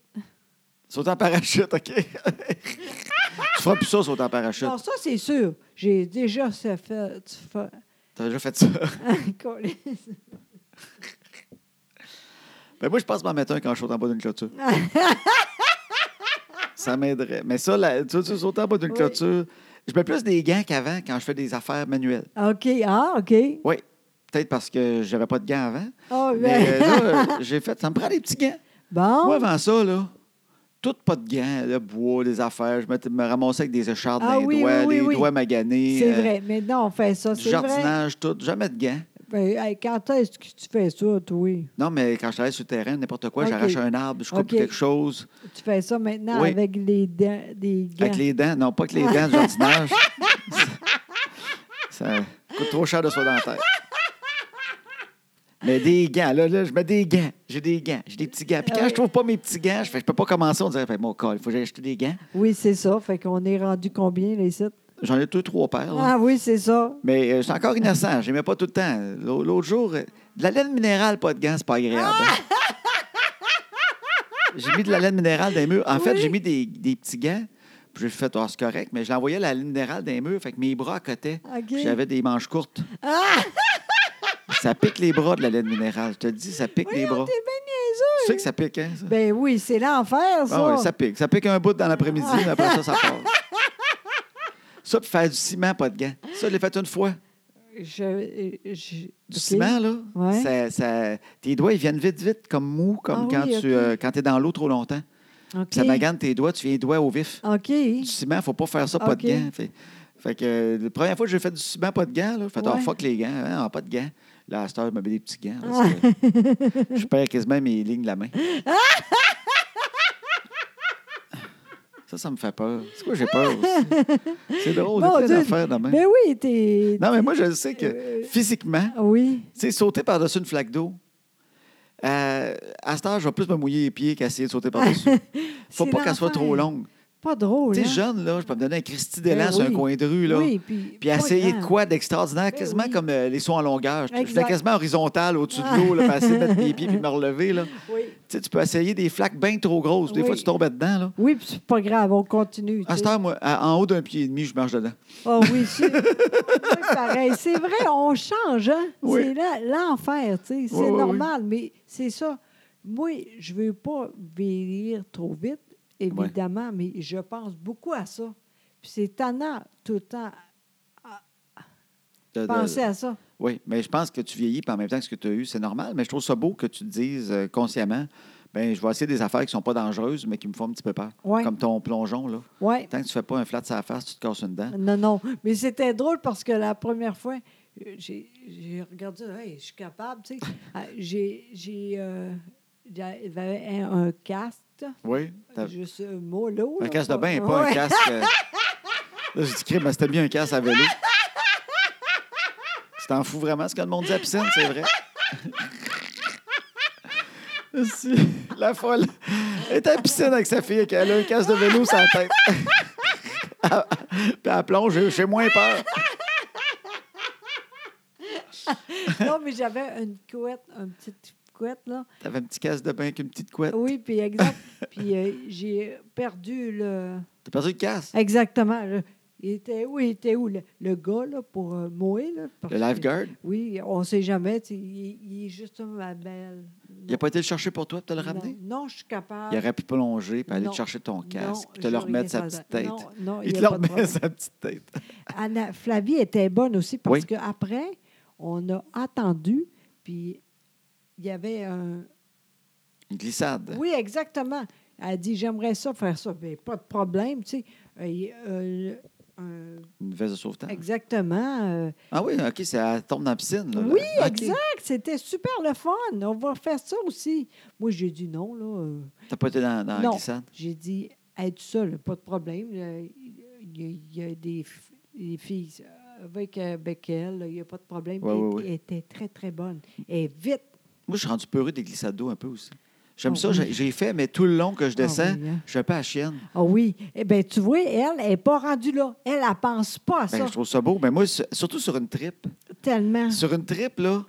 Sauter en parachute, OK? tu feras plus ça, sauter en parachute.
Non, ça, c'est sûr. J'ai déjà ça fait... tu fais-
T'as déjà fait ça.
Colin.
Ben moi, je pense m'en mettre un quand je saute en bas d'une clôture. ça m'aiderait. Mais ça, la- tu, tu sautes en bas d'une
Oui.
clôture. Je mets plus des gants qu'avant quand je fais des affaires manuelles.
OK. Ah, OK.
Oui, peut-être parce que j'avais pas de gants avant.
Ah,
Mais euh,
ben,
là, euh, j'ai fait. Ça me prend des petits gants.
bon.
Moi, avant ça, là, tout pas de gants, le bois, des affaires. Je me, me ramassais avec des échardes
Ah
dans les
oui,
doigts,
oui, oui,
les
oui.
doigts maganés.
c'est
euh,
vrai. Maintenant, on fait ça.
Du
C'est vrai.
jardinage, tout. Jamais de gants.
Ben, hey, quand est-ce que tu fais ça, toi?
Non, mais quand je travaille sur le terrain, n'importe quoi,
OK.
j'arrache un arbre, je coupe
OK.
quelque chose.
Tu fais ça maintenant
Oui.
avec les dents, des gants.
Avec les dents. Non, pas avec les dents du jardinage. ça coûte trop cher de soie dentaire. Mais des gants, là, là, je mets des gants. J'ai des gants. J'ai des petits gants. Puis quand
Ouais.
je trouve pas mes petits gants, je fais, je peux pas commencer. On dirait, ben, mon col, il faut que j'aille acheter des gants.
Oui, c'est ça. Fait qu'on est rendu combien, les sites?
J'en ai deux, trois paires. là.
Ah oui, c'est ça.
Mais euh, je suis encore innocent. Je n'aimais pas tout le temps. L'au- L'autre jour, euh, de la laine minérale, pas de gants, c'est pas agréable. hein. j'ai mis de la laine minérale dans les murs. En fait,
Oui.
j'ai mis des, des petits gants. Puis j'ai fait, Ah, c'est correct, mais je l'envoyais la laine minérale dans les murs. Fait que mes bras accotaient.
OK. Ah!
Puis J'avais des manches courtes. ça pique les bras de la laine minérale. Je te le dis, ça pique les
Voyons,
bras.
t'es bien
Tu sais
niaiseux.
que ça pique, hein? ça?
Ben oui, c'est l'enfer, ça.
Ah ouais, ça pique. Ça pique un bout dans l'après-midi, mais après ça, ça part. Ça, puis faire du ciment, pas de gants. Ça, je l'ai fait une fois.
Je- euh, je-
Du
OK.
ciment, là,
Ouais.
ça- ça- tes doigts, ils viennent vite, vite, comme mou, comme
Ah
quand
oui,
tu
ok.
es dans l'eau trop longtemps.
OK.
Puis Ça magane tes doigts, tu viens les doigts au vif.
OK.
Du ciment, faut pas faire ça, pas
Ok.
de gants. Fait, fait que euh, la première fois que j'ai fait du ciment, pas de gants, là, fait ah,
Ouais.
fuck les gants, hein, ah, pas de gants. Là, à cette heure, je me mets des petits gants.
Ah.
parce que je perds quasiment mes lignes de la main. ça, ça me fait peur. C'est quoi, j'ai peur aussi? C'est drôle,
Mon
il y a plein
Dieu.
d'affaires demain.
Ben oui, t'es...
Non, mais moi, je sais que
Euh,
physiquement,
Oui.
tu sais, sauter par-dessus une flaque d'eau. euh, à cette heure, je vais plus me mouiller les pieds qu'essayer de sauter par-dessus. Faut
C'est
pas qu'elle soit
l'enfer.
trop longue.
Pas drôle,
Tu sais,
hein?
jeune, là, je peux me donner un Christy d'élan
Ben
sur un
oui.
coin de rue, là.
Oui, puis...
Puis
pas
essayer de
grand.
quoi d'extraordinaire,
Ben
quasiment
oui.
comme euh, les sauts en longueur. Je- Je
Exact. Ah.
suis quasiment horizontal au-dessus de l'eau, là, pour essayer de mettre mes pieds puis de me relever, là. Tu
Oui.
sais, tu peux essayer des flaques bien trop grosses. Des
Oui.
fois, tu tombes dedans, là.
Oui, puis c'est pas grave, on continue.
À
tu sais.
cette heure, moi, à- en haut d'un pied et demi, je marche dedans.
Ah oui, c'est c'est pareil. C'est vrai, on change, hein?
Oui.
C'est là l'enfer, tu sais. C'est
Oui, oui, oui.
normal, mais c'est ça. Moi, je veux pas vieillir trop vite, évidemment, mais je pense beaucoup à ça. Puis c'est tannant tout le temps
Euh, De- de-
penser à ça.
Oui, mais je pense que tu vieillis, puis en même temps que ce que tu as eu, c'est normal. Mais je trouve ça beau que tu te dises euh, consciemment, ben je vais essayer des affaires qui sont pas dangereuses, mais qui me font un petit peu peur.
Ouais.
Comme ton plongeon, là.
Oui.
Tant que tu fais pas un flat sur la face, tu te casses une dent.
Non, non. Mais c'était drôle parce que la première fois, euh, j'ai j'ai regardé, Hey, je suis capable, tu sais. Ah, J'ai. j'ai, euh, J'avais un, un casque, là.
Oui. t'as-
juste un mot là.
Un
là,
casque de
pas-
bain, pas
Ouais.
un casque. euh, Là, j'ai dit, crime, mais c'était bien un casque à vélo. Tu t'en fous vraiment, ce que le monde dit à la piscine, c'est vrai. Si, la folle elle est à la piscine avec sa fille, qu'elle a un casque de vélo sur la tête. Puis elle plonge, j'ai moins peur.
Non, mais j'avais une couette, une petite couette, là.
T'avais un petit casse de bain avec une petite couette.
Oui, puis exact. puis euh, j'ai perdu le.
T'as perdu le casse.
Exactement. là. Il était où? Il était où? Le, le gars, là, pour euh, Moé, là? parce
Le
que-
lifeguard.
Oui, on ne sait jamais. tu sais, Il, il est juste ma belle.
Il n'a pas été le chercher pour toi, pour te le ramener?
Non, non, je suis capable.
Il aurait pu plonger, puis aller
Non.
te chercher ton casque,
Non,
puis te le
j'aurais
remettre sa
capable.
petite tête.
Non, non,
il
y
te le
a pas de
remet
problème.
sa petite tête.
Anna- Flavie était bonne aussi parce
Oui.
qu'après, on a attendu, puis il y avait un.
Une glissade.
Oui, exactement. Elle a dit J'aimerais ça, faire ça. Bien, pas de problème, tu sais. Euh, il- euh, euh,
Une veste de sauvetage.
exactement. euh,
Ah oui, OK, ça tombe dans la piscine. là, là.
Oui,
Euh, OK.
exact. C'était super le fun. On va faire ça aussi. Moi, j'ai dit non, là. euh,
T'as pas été dans, dans la
Non.
glissade?
J'ai dit, être seule, pas de problème. là. Il y a, il y a des, f- des filles euh, avec, avec elle, là, il n'y a pas de problème.
Ouais,
Puis
ouais,
elle, était très, très bonne. Et vite.
Moi, je suis rendu peureux des glissades d'eau un peu aussi. J'aime
Ah
ça,
oui.
j'ai- j'ai fait, mais tout le long que je
Ah
descends,
oui, hein.
je suis un peu à la chienne.
Ah oui. Eh bien, tu vois, elle n'est pas rendue là. Elle, elle ne pense pas à
Ben,
ça Ah.
je trouve ça beau. Mais moi, su- surtout sur une trip.
tellement.
Sur une trip, là,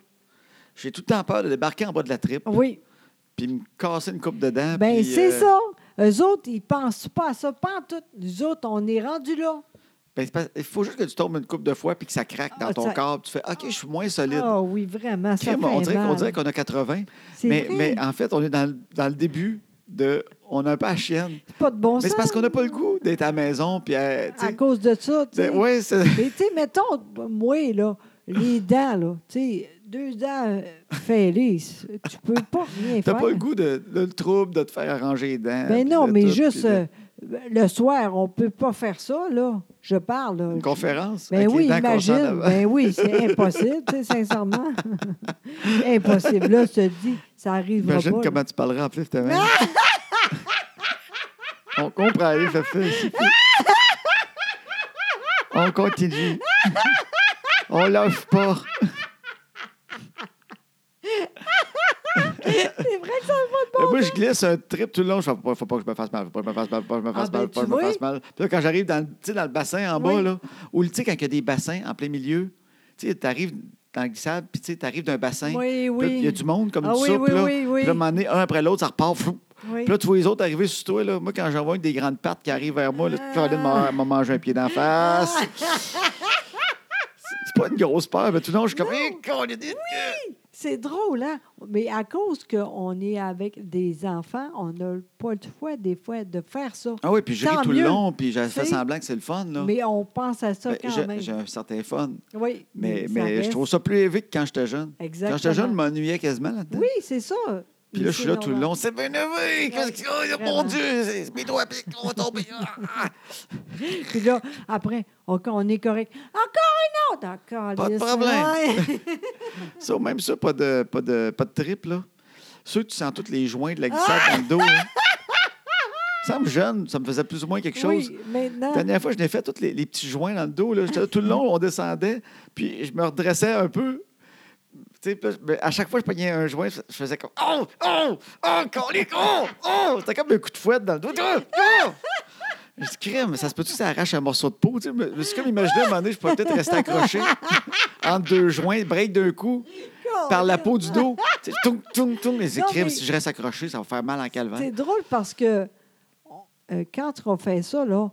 j'ai tout le temps peur de débarquer en bas de la trip,
Oui.
puis me casser une coupe dedans.
Ben
puis,
c'est
euh,
ça. Eux autres, ils ne pensent pas à ça. Pas en tout. Nous autres, on est rendus là.
ben, c'est pas- il faut juste que tu tombes une coupe de fois, puis que ça craque dans
Ah,
ton
ça-
corps. puis Tu fais OK, je suis moins solide.
Ah oui, vraiment. Ça
Crime,
fait
on, dirait, qu'on- on
mal.
dirait qu'on a 80,
C'est
mais,
vrai.
mais en fait, on est dans, le- dans le début de. On a un peu à la chienne.
pas de bon
Mais
sens.
c'est parce qu'on n'a pas le goût d'être à la maison, puis à. tu
À
sais,
cause de ça. tu
c'est-
sais.
ouais, c'est-
Mais tu sais, mettons, moi, là, les dents, là, tu sais, deux dents euh, fêlées, c- tu peux pas rien
T'as
faire.
pas le goût de, de le trouble de te faire arranger les dents.
Ben
puis
non,
de
mais
tout,
juste
puis de-
euh, le soir, on peut pas faire ça, là. Je parle. là.
Une conférence.
Ben
avec les
oui,
dents qu'on sent en
imagine.
avant.
Ben oui, c'est impossible, tu sais, sincèrement. impossible. Là, je te dis, ça arrivera
Imagine
pas. là.
comment tu parleras en plus, ta mère. On comprend, allez, fait fait. On continue. On lâche pas.
C'est vrai que ça va
Mais moi, je glisse un trip tout le long. Je fais, faut pas que je me fasse mal, faut pas que je me fasse mal, faut pas que je me fasse
Ah,
mal,
ben,
faut pas que
tu
je me
vois.
fasse mal. Puis là, quand j'arrive dans, le- tu sais, dans le bassin en bas,
Oui.
là, ou tu sais, quand il y a des bassins en plein milieu, tu sais, t'arrives dans le glissade, puis tu sais, t'arrives d'un bassin. Puis
Oui,
Hein? là, Il y a
oui.
du monde comme
Ah
du
oui,
soupe,
oui,
là.
oui, oui.
Puis là, à un moment donné, un après l'autre, ça repart. flou.
Oui.
Puis là, tu vois les autres arriver sur toi. Là. Moi, quand j'en vois une des grandes pattes qui arrive vers moi, là,
Ah.
Caroline m'a m'a mangé un pied d'en face. C'est pas une grosse peur, mais tout le long, je suis comme. Hey, con, il y a des-
C'est drôle, hein? Mais à cause qu'on est avec des enfants, on n'a pas le choix, des fois, de faire ça.
Ah oui, puis je
Tant
ris tout le
mieux.
long, puis je fais
C'est-
semblant que c'est le fun. Là.
Mais on pense à ça
Ben,
quand
j'ai-
même.
J'ai un certain fun.
Oui.
Mais,
Mm, ça
mais je
reste-
trouve ça plus élevé que quand j'étais jeune.
Exactement.
Quand j'étais jeune, je m'ennuyais quasiment là-dedans.
Oui, c'est ça.
Puis
Mais
là, je suis
c'est
là tout le
normal.
long. C'est bien élevé! Qu'est-ce que- oh, mon
Vraiment.
Dieu! c'est- Mes doigts piquent, on va tomber. Ah!
Puis là, après, OK, on est correct. Encore une autre! Encore
Pas de
lisse.
problème.
Ouais.
Ça, même ça, pas de, pas de, pas de trip, là. Ceux que tu sens tous les joints de la glissade dans le dos, là. Ça me gêne, ça me faisait plus ou moins quelque chose.
Oui, maintenant.
La dernière fois, je n'ai fait tous les, les petits joints dans le dos, là. J'étais là tout le long, on descendait, puis je me redressais un peu. Tu sais, puis là, je- mais à chaque fois que je pognais un joint, je faisais comme « Oh! Oh! Oh! colique, Oh! Oh! » C'était comme un coup de fouette dans le dos. Oh! Oh! Je dis, crème, ça se peut-tu que ça arrache un morceau de peau? Tu sais, je me suis comme imaginé à un moment donné, je pourrais peut-être rester accroché entre deux joints, break d'un coup par la peau du dos. Tu sais, Toum, toum, toum. Les
Non,
écrimes,
mais-
si je reste accroché, ça va faire mal en calvaire.
C'est drôle parce que on- euh, quand on fait ça, là,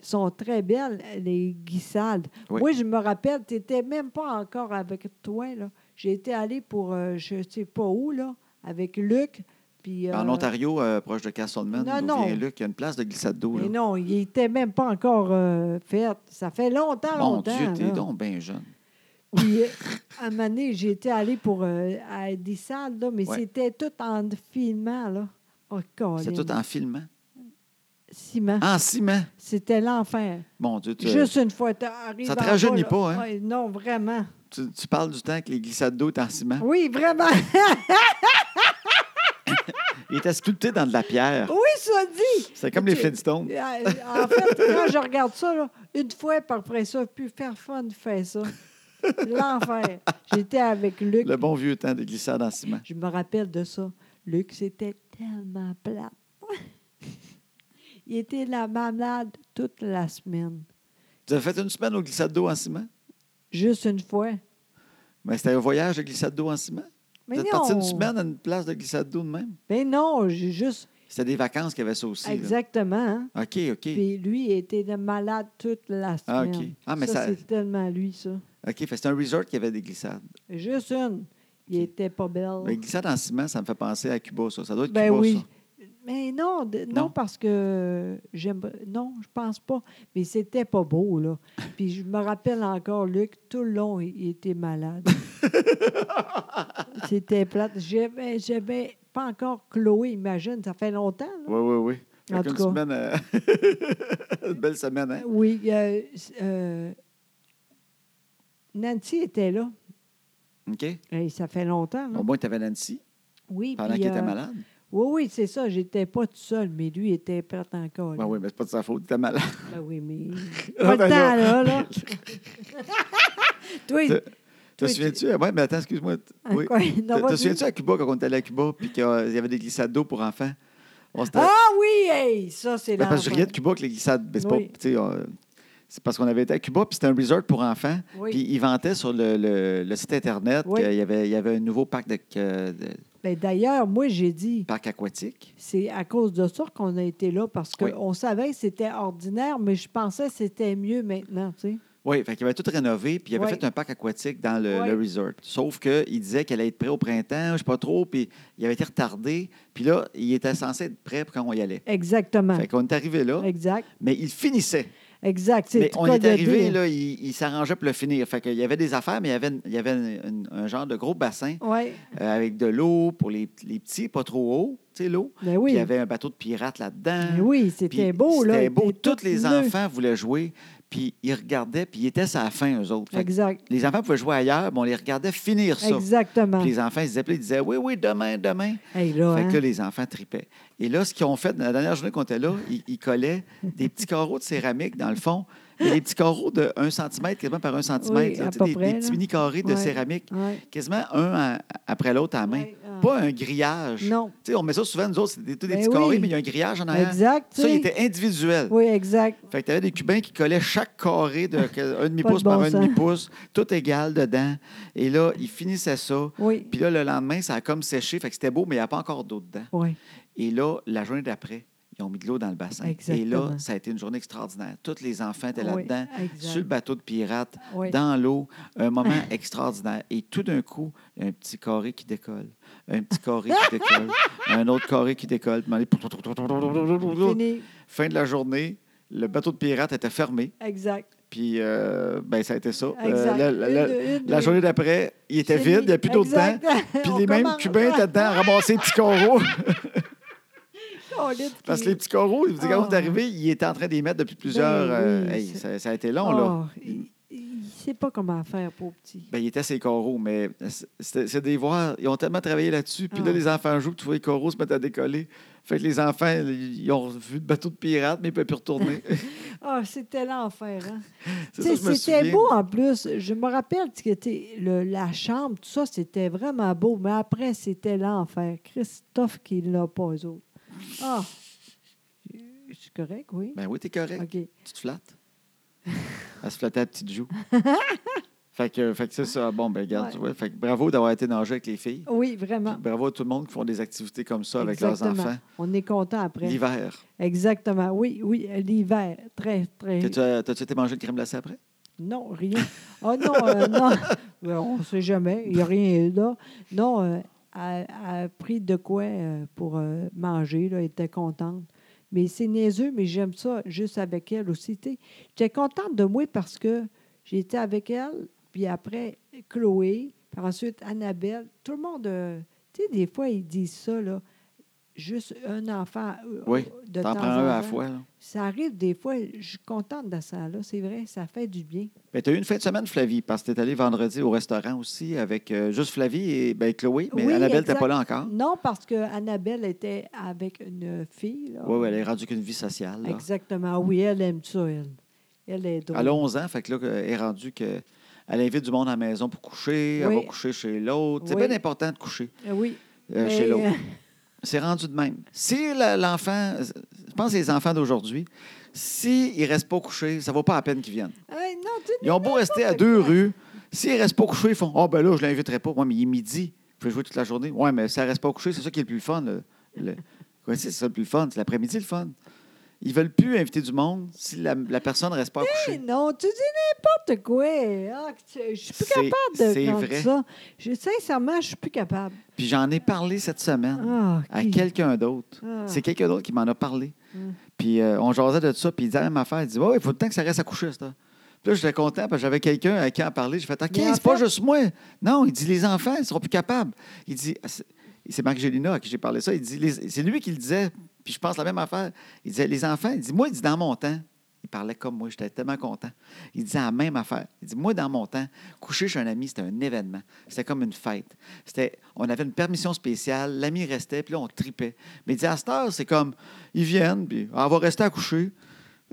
sont très belles, les guissades.
Oui.
Moi, je me rappelle, tu n'étais même pas encore avec toi. là. J'ai été allée pour euh, je ne sais pas où, là, avec Luc. Puis,
En
euh,
Ontario, euh, proche de Castleman,
Non,
d'où
non.
vient Luc, il y a une place de glissade d'eau.
Mais
là.
non, il n'était même pas encore euh, fait. Ça fait longtemps,
Mon
longtemps.
Dieu, t'es
là.
donc bien jeune.
Puis, euh, à un moment donné, j'étais allée pour, euh, à des salles, là, mais
Ouais.
c'était tout en filement. Là. Oh,
C'est
Colin.
tout en filmant.
Ciment.
En ciment.
C'était l'enfer.
Mon Dieu, tu,
Juste une fois, t'arrives
Ça te
en bas,
rajeunit
là.
pas, hein?
Ouais, non, vraiment.
tu- tu parles du temps que les glissades d'eau étaient en ciment.
Oui, vraiment.
Il était sculpté dans de la pierre.
oui, ça dit.
C'est comme les
Tu-
Flintstones.
Euh, En fait, quand je regarde ça, là, une fois, par après ça, plus faire fun, faire ça. L'enfer. J'étais avec Luc.
Le bon vieux temps des glissades en ciment.
Je me rappelle de ça. Luc, c'était tellement plat. Il était la malade toute la semaine.
Tu as fait une semaine aux glissades d'eau en ciment?
Juste une fois.
Mais c'était un voyage de glissades d'eau en ciment? Vous
Mais
êtes parti
non.
une semaine à une place de glissade d'eau de même?
Mais non, j'ai juste.
C'était des vacances qu'il y avait ça aussi. là.
Exactement. hein.
OK, OK.
Puis lui, il était de malade toute la
Ah,
semaine.
OK. Ah, mais ça-
c'est tellement lui, ça.
OK, fait que c'était un resort qui avait des glissades.
Juste une. Il était pas belle.
Mais glissade en ciment, ça me fait penser à Cuba, ça. Ça doit être
Oh. Ben
Cuba,
oui.
ça.
Mais non, de- non,
Non.
parce que j'aime. Non, je pense pas. Mais c'était pas beau, là. Puis je me rappelle encore, Luc, tout le long, il, il était malade. c'était plate. J'aimais, j'aimais pas encore Chloé, imagine. Ça fait longtemps, là.
Oui, oui, oui. Fait
En
qu'une
tout cas.
semaine, euh, une belle semaine, hein?
Oui. euh, s- euh, Nancy était là.
OK.
Et ça fait longtemps, là.
Au moins, tu avais Nancy
Oui,
pendant
Mm. puis,
qu'il était
euh,
malade.
Oui, oui, c'est ça. J'étais pas tout seul, mais lui, il était prêt encore.
Ben oui, mais c'est pas de sa faute, il était malade.
Ben oui, mais.
Ah,
Pas de
ben
temps, là, là. Toi,
Te- Te
Toi, tu-
souviens-tu? Oui, mais attends, excuse-moi. T-
hein,
oui.
quoi?
Te,
Non,
te
vas-y.
souviens-tu à Cuba, quand on était allé à Cuba, puis qu'il y a- il y avait des glissades d'eau pour enfants? On s'était-
Ah oui, hey, ça, c'est
Ben,
là.
parce que je riais de Cuba avec les glissades. mais c'est
Oui.
pas, tu sais, on- c'est parce qu'on avait été à Cuba, puis c'était un resort pour enfants.
Oui.
Puis ils vantaient sur le, le- le site Internet
Oui.
qu'il y avait, il y avait un nouveau parc, de, que- de-
Ben, D'ailleurs, moi, j'ai dit,
parc aquatique.
c'est à cause de ça qu'on a été là, parce
Oui.
qu'on savait que c'était ordinaire, mais je pensais que c'était mieux maintenant, tu sais.
Oui, fait qu'il avait tout rénové, puis il avait
Oui.
fait un parc aquatique dans le,
Oui.
le resort. Sauf qu'il disait qu'elle allait être prêt au printemps, je sais pas trop, puis il avait été retardé. Puis là, il était censé être prêt quand on y allait.
Exactement.
Fait qu'on est arrivé là,
Exact.
mais il finissait.
Exact. C'est
Mais
tout
on
quoi
est
de
arrivé,
dire.
là, il, il s'arrangeait pour le finir. Fait qu'il y avait des affaires, mais il y avait, une- il y avait une- un genre de gros bassin
Ouais.
euh, avec de l'eau pour les, les petits, pas trop haut, tu sais, l'eau.
Ben
Puis il y
oui.
avait un bateau de pirates là-dedans.
Ben oui, c'était
Hein? Puis
beau, là.
C'était
il
beau.
était
Tous
tout
les
neuf.
enfants voulaient jouer, puis ils regardaient, puis ils étaient à la fin, eux autres. Fait que
Exact.
les enfants pouvaient jouer ailleurs, mais on les regardait finir ça.
Exactement.
Puis les enfants, ils se disaient, puis ils disaient, oui, oui, demain, demain.
Hey, là,
Fait
hein.
que là, les enfants tripaient. Et là, ce qu'ils ont fait, dans la dernière journée qu'on était là, ils, ils collaient des petits carreaux de céramique dans le fond. Et des petits carreaux de 1 cm, quasiment par 1 cm.
Oui, à peu
des,
près,
des petits
là.
mini-carrés de
Ouais.
céramique,
Ouais.
quasiment un à- après l'autre à la main.
Ouais, ah.
Pas un grillage.
Non.
Tu sais, on met ça souvent, nous autres, c'est des, tous des
Ben
petits carrés,
oui.
mais il y a un grillage en arrière.
Exact, tu
Ça, il
sais.
était individuel.
Oui, exact.
Fait que tu avais des Cubains qui collaient chaque carré de que- un
Pas de
demi-pouce
bon
par un
sens.
demi-pouce, tout égal dedans. Et là, ils finissaient ça.
Oui.
Puis là, le lendemain, ça a comme séché. Fait que c'était beau, mais il n'y a pas encore d'eau dedans.
Oui.
Et là, la journée d'après, ils ont mis de l'eau dans le bassin. Et
Exactement.
là, ça a été une journée extraordinaire. Tous les enfants étaient
Oui,
là-dedans,
exact.
sur le bateau de pirates,
Oui.
dans l'eau. Un moment extraordinaire. Et tout d'un coup, un petit carré qui décolle. Un petit carré qui décolle. Un autre carré qui décolle. Puis on allait-
Fini.
Fin de la journée, le bateau de pirates était fermé.
Exact.
Puis, euh, ben, ça a été ça. Euh,
Exact.
la, la- la-
Une- une-
la journée d'après, il était
Fini.
vide, il n'y a plus d'eau dedans.
Exact.
Puis
On
les mêmes
commence.
Cubains étaient dedans à ramasser les petits coraux.
Colin,
Parce que
qui-
les petits coraux, vous dites, quand
Ah.
vous êtes arrivé, il était en train d'y mettre depuis plusieurs.
Ben oui,
euh, hey,
c'est-
ça, ça a été long, là.
Oh, il- Il ne sait pas comment faire, pauvre petit.
Ben, il était ses coraux, mais c'est c'est des voir. Ils ont tellement travaillé là-dessus. Puis
Ah.
là, les enfants jouent, puis tu vois les coraux se mettent à décoller. Fait que les enfants, ils ont vu le bateau de pirate, mais ils ne peuvent plus retourner.
Ah, c'était l'enfer, hein?
C'est ça,
T'sais,
je me
C'était
souviens.
beau en plus. Je me rappelle que t'sais, le- la chambre, tout ça, c'était vraiment beau. Mais après, c'était l'enfer. Christophe qui l'a pas, eux autres. Ah! Je suis correct, oui?
Ben oui, t'es correct.
OK.
Tu te flattes. Elle se flattait à la petite joue. fait que, fait que c'est ça. Bon, ben, regarde,
Ouais.
tu vois. Fait que bravo d'avoir été nager avec les filles.
Oui, vraiment.
Bravo à tout le monde qui font des activités comme ça avec leurs
Exactement.
enfants.
On est content après.
L'hiver.
Exactement. Oui, oui, l'hiver. Très, très.
T'as-tu t'as-tu été manger le crème glacée après?
Non, rien. Ah non, euh, non. Ouais, on ne sait jamais. Il n'y a rien là. Non, euh, elle elle a pris de quoi euh, pour euh, manger. Là, elle était contente. Mais c'est niaiseux, mais j'aime ça juste avec elle aussi. tu sais. J'étais contente de moi parce que j'étais avec elle, puis après Chloé, puis ensuite Annabelle. Tout le monde, euh, tu sais, des fois, ils disent ça, là. Juste un enfant euh,
Oui,
de temps
T'en
en
prends un à la
temps.
fois. là.
Ça arrive des fois. Je suis contente de ça, là. C'est vrai, ça fait du bien.
Ben, tu as eu une fin de semaine, Flavie, parce que tu es allée vendredi au restaurant aussi avec euh, juste Flavie et ben, Chloé, mais
Oui,
Annabelle n'était
exact.
pas là encore.
Non, parce que Annabelle était avec une fille. là.
Oui, ouais, elle est rendue qu'une vie sociale. là.
Oh. Exactement. Ah Oui, elle aime ça, elle. Elle est drôle.
Elle a 11 ans, fait que là, elle est rendue que. Elle invite du monde à la maison pour coucher,
Oui.
elle va coucher chez l'autre. C'est
Oui.
bien important de coucher
Euh, Oui.
euh,
Mais,
chez l'autre.
euh,
C'est rendu de même. Si la- l'enfant, je pense que les enfants d'aujourd'hui, s'ils ne restent pas couchés, ça ne vaut pas la peine qu'ils viennent.
euh, non, tu
Ils ont beau rester à deux rues. S'ils ne restent pas couchés, ils font Ah, ben là, je ne l'inviterai pas. Moi, mais il est midi. Vous pouvez jouer toute la journée. Ouais, mais ça reste pas couché. C'est ça qui est le plus fun. Le, le- Ouais, c'est ça le plus fun. C'est l'après-midi le fun. Ils veulent plus inviter du monde si la, la personne reste pas
Eh
couchée.
non, tu dis n'importe quoi. Ah, que tu- je suis plus
C'est-
capable de
c'est
prendre
vrai.
ça. Je, sincèrement, je suis plus capable.
Puis j'en ai parlé cette semaine
Ah,
à
qui-
quelqu'un d'autre.
ah.
C'est quelqu'un d'autre qui m'en a parlé.
Hum.
Puis euh, on jasait de ça, puis il disait la même affaire. Il dit Ouais, il faut le temps que ça reste à coucher, ça. Puis là, j'étais content, parce que j'avais quelqu'un à qui en parler. J'ai fait OK,
Mais en
c'est pas
fait-
juste moi. Non, il dit Les enfants, ils seront plus capables. Il dit Ah, C'est c'est Marc Gélina à qui j'ai parlé ça. Il dit Les- C'est lui qui le disait, puis je pense la même affaire. Il disait Les enfants, il dit Moi, il dit Dans mon temps, il parlait comme moi, j'étais tellement content. Il disait la même affaire. Il dit Moi, dans mon temps, coucher chez un ami, c'était un événement. C'était comme une fête. C'était, on avait une permission spéciale, l'ami restait, puis là, on tripait. Mais il dit À cette heure, c'est comme ils viennent, puis ah, on va rester à coucher.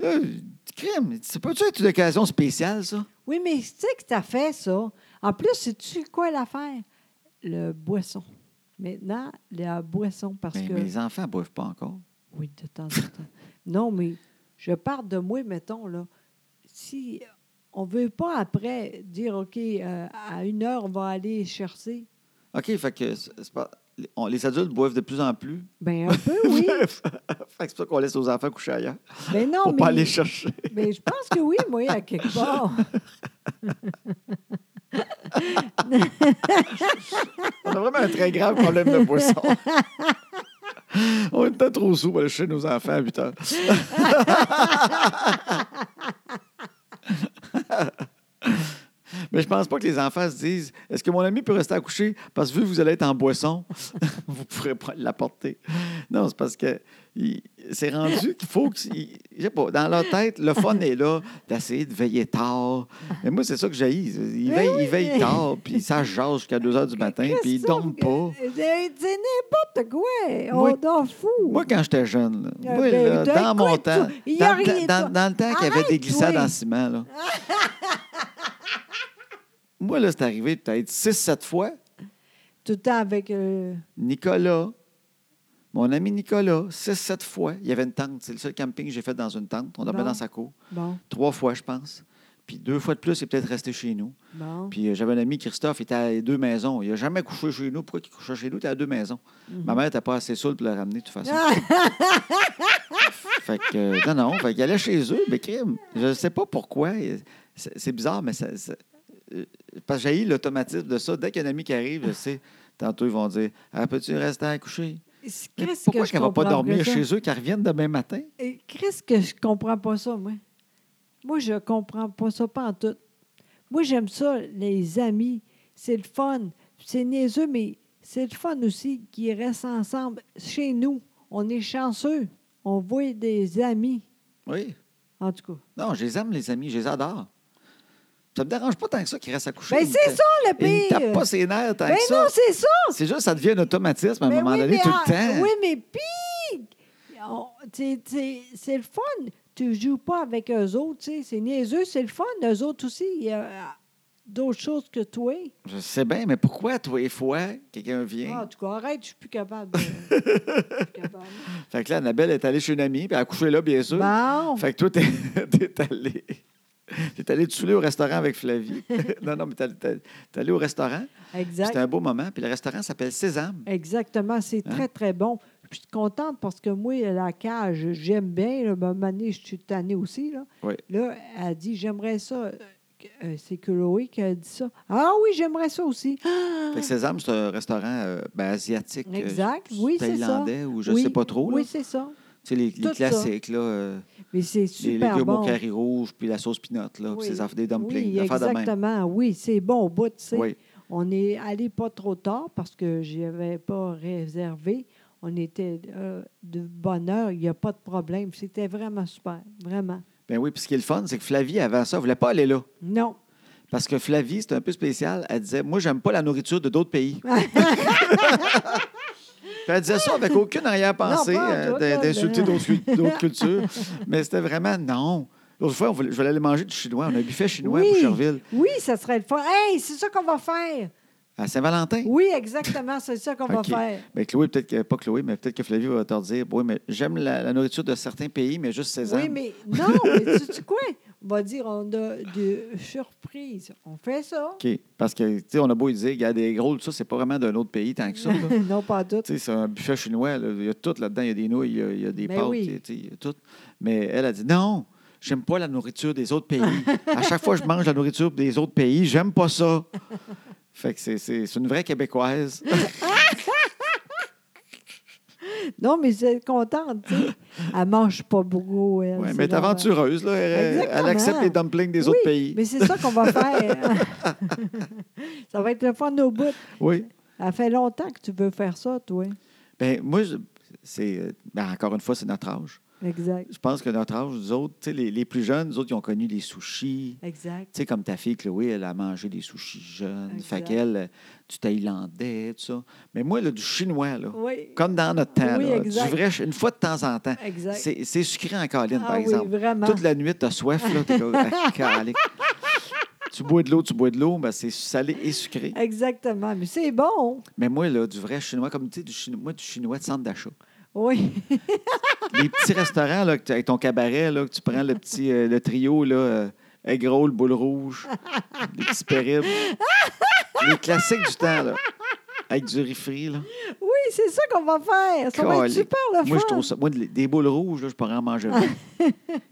Euh, Là, crime, il dit, ça peut-tu être une occasion spéciale, ça?
Oui, mais tu sais que tu as fait ça. En plus, sais-tu quoi l'affaire? Le boisson. Maintenant, la boisson, parce
Mais,
que.
mais les enfants ne boivent pas encore.
Oui, de temps en temps. Non, mais je parle de moi, mettons, là. Si on ne veut pas après dire, OK, euh, à une heure, on va aller chercher.
OK, fait que c'est- c'est pas- on- les adultes boivent de plus en plus.
Ben un peu, oui.
fait que c'est ça qu'on laisse aux enfants coucher ailleurs
Mais non,
pour
mais.
pas aller chercher.
Mais je pense que oui, moi, à quelque part.
On a vraiment un très grave problème de boisson. on était trop sous pour aller chercher nos enfants à 8 heures. Mais je pense pas que les enfants se disent Est-ce que mon ami peut rester à coucher parce que vu que vous allez être en boisson, vous ne pourrez pas l'apporter. Non, c'est parce que il- c'est rendu qu'il faut que. il- Je sais pas, dans leur tête, le fun est là d'essayer de veiller tard. Mais moi, c'est ça que j'ai. Ils
Mais
veillent,
oui,
ils veillent
mais-
tard, puis ça jase jusqu'à 2 heures du matin, puis ils
Christophe,
dorment pas.
euh, euh, C'est n'importe quoi.
Moi-
on en fout.
Moi, quand j'étais jeune, là,
Ah,
moi,
ben,
là,
t'as-
dans mon
écoute,
temps,
tu- il y a
dans,
rien,
dans-
toi.
dans le temps qu'il y avait des
Arrête,
glissades
toi.
en ciment, là. moi, là, c'est arrivé peut-être 6-7 fois.
Tout le temps avec. euh,
Nicolas, mon ami Nicolas, 6-7 fois, il y avait une tente. C'est le seul camping que j'ai fait dans une tente. On dormait
Bon.
dans sa cour.
bon,
Trois fois, je pense. Puis deux fois de plus, il est peut-être resté chez nous.
bon.
Puis euh, j'avais un ami, Christophe, il était à deux maisons. Il n'a jamais couché chez nous. Pourquoi il couchait chez nous? Il était à deux maisons.
Mhm.
Ma mère n'était pas assez saoule pour le ramener, de toute façon.
Ah,
fait que, euh, non, non, fait qu'il allait chez eux, mais crime. Je sais pas pourquoi. euh, C'est c'est bizarre, mais ça. ça- euh, parce que j'ai eu l'automatisme de ça. Dès qu'un ami qui arrive, je sais, tantôt ils vont dire Ah, peux-tu rester à coucher
Qu'est-ce
Mais
que
Pourquoi
je
qu'elle ne va pas
comprends
dormir
ça?
chez eux, qu'elle revienne demain matin
Et Qu'est-ce que je comprends pas ça, moi? Moi, je comprends pas ça, pas en tout. Moi, j'aime ça, les amis. C'est le fun. C'est niaiseux, mais c'est le fun aussi qu'ils restent ensemble chez nous. On est chanceux. On voit des amis,
Oui.
en tout cas.
Non, je les aime, les amis, je les adore. Ça me dérange pas tant que ça qu'ils restent à coucher.
Ben,
Ils me
c'est
ta-
ça, le
Ils ne tapent
pire!
pas ses nerfs tant
Ben
que ça.
non, c'est ça!
C'est juste, ça devient un automatisme à un
Ben
moment
oui,
donné,
mais
tout
ah,
le temps.
Oui, mais pis, on- t'sais, t'sais, c'est le fun. Tu joues pas avec eux autres, t'sais, c'est niaiseux, c'est le fun. Eux autres aussi, il y a euh, d'autres choses que toi.
Je sais bien, mais pourquoi, toi et fois, quelqu'un vient?
Ah, en tout cas, arrête, je suis plus capable. de- je suis plus capable.
Fait que là, Annabelle est allée chez une amie, puis elle a couché là, bien sûr.
Bon,
Fait que toi, t'es t'es allé. T'es allé te saouler au restaurant avec Flavie. non, non, mais t'es allé- t'es t'es allé au restaurant. C'était
exact.
un beau moment. Puis le restaurant s'appelle Sésame.
Exactement, c'est
Hein?
très, très bon. Je suis contente parce que moi, la cage, j'aime bien. Là, ben, ma manée, je suis tannée aussi. Là,
Oui.
là elle dit, j'aimerais ça. Euh, C'est Chloé qui a dit ça. Ah oui, j'aimerais ça aussi.
Fait que Sésame, c'est un restaurant euh, ben, asiatique. euh,
Exact, oui, c'est ça.
Thaïlandais ou je
Oui,
sais pas trop. là.
Oui, c'est ça.
Tu sais, les, les
tout ça.
classiques, là, euh,
Mais c'est
les
super
légumes
bon.
au carré rouge, puis la sauce pinotte, là, puis
Oui.
ces affaires des dumplings.
Oui,
des affaires de même.
exactement. Oui, c'est bon au bout, tu sais.
Oui.
On est allé pas trop tard parce que je avais pas réservé. On était euh, de bonne heure, il n'y a pas de problème. C'était vraiment super, vraiment.
Ben oui, puis ce qui est le fun, c'est que Flavie, avant ça, ne voulait pas aller là.
Non.
Parce que Flavie, c'est un peu spécial. Elle disait Moi, j'aime pas la nourriture de d'autres pays. Puis elle disait ça avec aucune arrière-pensée
Non, pas en
euh,
tout,
d'in-
là,
d'insulter
là.
d'autres cu- d'autres cultures. Mais c'était vraiment non. L'autre fois, on voulait- je voulais aller manger du chinois. On a un buffet chinois
Oui.
à Boucherville,
Oui, ça serait le fun. Hey, c'est ça qu'on va faire.
à Saint-Valentin.
Oui, exactement, c'est ça qu'on va
OK.
faire.
Mais Chloé, peut-être que, pas Chloé, mais peut-être que Flavie va te dire Oui, mais j'aime la, la nourriture de certains pays, mais juste César.
Oui, mais non, mais tu, tu quoi? va dire on a de surprise. On fait ça.
OK. Parce que, tu sais, on a beau dire, il y a des gros, tout ça, c'est pas vraiment d'un autre pays tant que ça. là. Tu
non, pas tout.
sais, c'est un buffet chinois. là. Il y a tout là-dedans. Il y a des nouilles, il y a, il y a des
Mais
pâtes,
Ben oui.
il y a- tu sais, il y a tout. Mais elle a dit non, j'aime pas la nourriture des autres pays. à chaque fois que je mange la nourriture des autres pays, j'aime pas ça. Fait que c'est- c'est c'est une vraie Québécoise.
Ben Non, mais elle est contente. tu sais. Elle mange pas beaucoup. Elle,
Ouais,
c'est
mais elle est
normal.
aventureuse. Là. Elle, elle
Exactement.
accepte les dumplings des
Oui,
autres pays.
Mais c'est ça qu'on va faire. ça va être le fun au bout.
Oui.
Ça fait longtemps que tu veux faire ça, toi.
Ben, moi, je- c'est. euh, ben, encore une fois, c'est notre âge.
Exact.
Je pense que notre âge, nous autres, tu sais, les, les plus jeunes, nous autres, ils ont connu les sushis.
Exact.
Tu sais, comme ta fille Chloé, elle a mangé des sushis jeunes.
Exact.
Fait qu'elle, euh, du thaïlandais, tout ça. Mais moi, là, du chinois, là.
Oui.
Comme dans notre temps,
Oui,
là, du
exact.
vrai, ch- une fois de temps en temps.
Exact.
C'est c'est sucré en caline,
ah
par
oui,
exemple.
vraiment.
Toute la nuit, tu as soif, là. t'es comme, Ah, calique. tu bois de l'eau, tu bois de l'eau, ben, c'est salé et sucré.
Euh. Exactement. Mais c'est bon.
Mais moi, là, du vrai chinois, comme tu sais, du chinois, moi, du chinois de centre d'achat.
Oui.
Les petits restaurants, là, que tu- avec ton cabaret, là, que tu prends le petit euh, le trio, là, euh, egg roll, boule rouge, les petits péribs. Les classiques du temps, là. Avec du riz frit, là.
Oui, c'est ça qu'on va faire. Ça va être
Calique.
super le
Moi, je
fun.
trouve ça. Moi, des des boules rouges, là, je pourrais en manger vingt.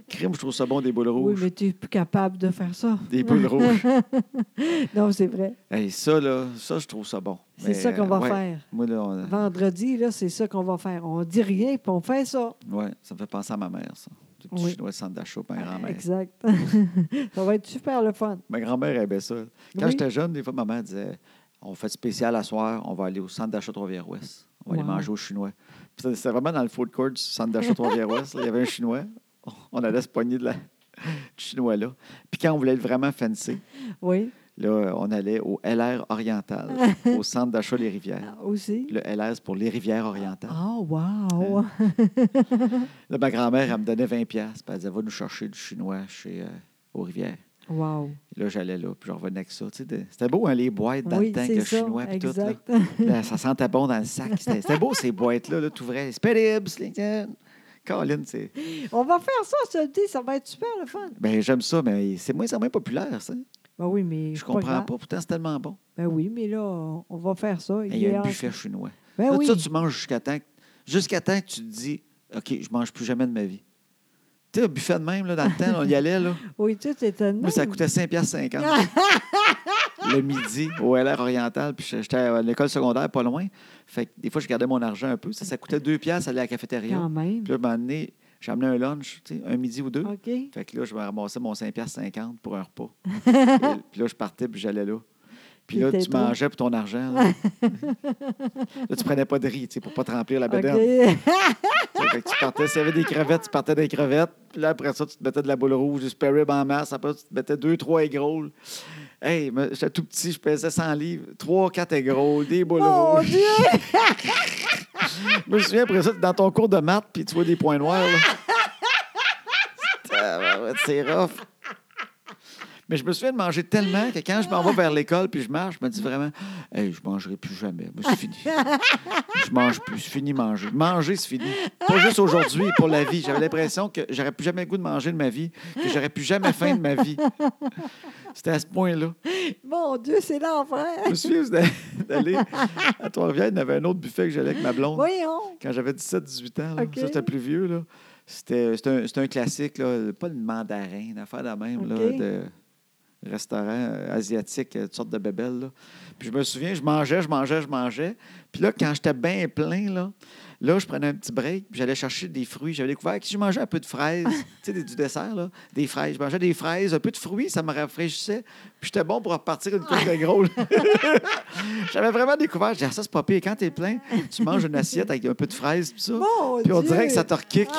Crime, je trouve ça bon, des boules
Oui,
rouges.
mais tu n'es plus capable de faire ça.
Des boules rouges.
Non, c'est vrai.
Et ça, là, ça, je trouve ça bon.
C'est
Mais,
ça qu'on
euh,
va
ouais.
faire.
Moi, là, on-
Vendredi, là, c'est ça qu'on va faire. On dit rien, puis on fait ça.
ouais, ça me fait penser à ma mère, ça. Du petit
Oui.
chinois de centre d'achat, ma grand-mère.
Exact. ça va être super le fun.
Ma grand-mère aimait ça. Quand
Oui.
j'étais jeune, des fois, maman disait On fait spécial à soir, on va aller au centre d'achat Trois-Rivières-Ouest. On va aller
Wow.
manger au Chinois. Puis C'était c'était vraiment dans le food court du centre d'achat Trois-Rivières-Ouest. là. Il y avait un Chinois. On allait se pogner de la... du Chinois là. Puis quand on voulait être vraiment fancy,
Oui,
là, on allait au LR Oriental, au centre d'achat Les Rivières.
Ah, aussi.
Le LR, c'est pour Les Rivières Orientales.
Oh, wow!
Euh, Là, ma grand-mère, elle me donnait 20$. Puis elle disait Va nous chercher du Chinois chez, euh, aux Rivières.
Wow!
Et Là, j'allais là, puis je revenais avec ça. Tu sais, de- C'était beau, hein, les boîtes dans le temps que
c'est
le chinois, puis tout. Là.
exact.
Là, ça sentait bon dans le sac. C'était c'était beau, ces boîtes-là, là, t'ouvrais. Spéribs, Colin, c'est.
On va faire ça, je te le dis, ça va être super le fun.
Ben, j'aime ça, mais c'est moins en moins populaire, ça.
Ben oui, mais.
Je
pas
comprends
grave.
pas, pourtant, c'est tellement bon.
Ben oui, mais là, on on va faire ça.
Mais Il y a un
Hier-
buffet chinois.
Ben
Là,
oui.
ça, tu manges jusqu'à temps, que- jusqu'à temps que tu te dis, OK, je mange plus jamais de ma vie. Tu sais, un buffet de même, là, dans le temps, on y allait, là.
Oui, tu sais, c'est étonnant.
Moi, ça coûtait 5,50 le midi au LR Oriental. Puis j'étais à l'école secondaire, pas loin. Fait que des fois, je gardais mon argent un peu. Ça, ça coûtait 2 piastres aller à la cafétéria.
Quand même.
Puis là, un moment donné, j'amenais un lunch, tu sais, un midi ou deux.
OK.
Fait que là, je me ramassais mon 5,50 pour un repas. Et- puis là, je partais, puis j'allais là. Puis là,
C'était
tu
drôle.
mangeais pour ton argent. Là, Là, tu prenais pas de riz, tu sais, pour pas te remplir la bedaine.
OK.
Tu sais, fait que tu partais, s'il y avait des crevettes, tu partais des crevettes. Puis là, après ça, tu te mettais de la boule rouge, du spare rib en masse. Après, tu te mettais deux, trois égroules. Hey, mais j'étais tout petit, je pesais 100 livres. Trois, quatre égroules, des boules
Mon
rouges.
Dieu!
Je me souviens, après ça, t'es dans ton cours de maths, puis tu vois des points noirs. là. Tabarouette, C'est rough. Mais je me souviens de manger tellement que quand je m'en vais vers l'école puis je marche, je me dis vraiment Hey, je mangerai plus jamais. Moi, c'est fini. Je mange plus. C'est fini manger. Manger, c'est fini. Pas juste aujourd'hui, pour la vie. J'avais l'impression que j'aurais plus jamais le goût de manger de ma vie, que j'aurais plus jamais faim de ma vie. C'était à ce point-là.
Mon Dieu, c'est l'enfer!
Je me souviens d'a- d'aller à Trois-Rivières, il y avait un autre buffet que j'allais avec ma blonde
Voyons!
quand j'avais 17-18 ans, là,
OK.
ça, j'étais plus vieux, là. C'était c'était un, c'était un classique, là, pas le mandarin, une affaire de la même, là,
OK.
de restaurant euh, asiatique, euh, toutes sortes de bébelles. là. Puis je me souviens, je mangeais, je mangeais, je mangeais. Puis là, quand j'étais bien plein, là, là, je prenais un petit break, puis j'allais chercher des fruits. J'avais découvert que si je mangeais un peu de fraises, tu sais, des- du dessert, là, des fraises, je mangeais des fraises, un peu de fruits, ça me rafraîchissait. Puis j'étais bon pour repartir une coupe de gros. là. J'avais vraiment découvert, je disais, Ah, ça, c'est pas pire. Quand t'es plein, tu manges une assiette avec un peu de fraises, tout ça.
Mon Dieu!
Puis on dirait que ça te rekick.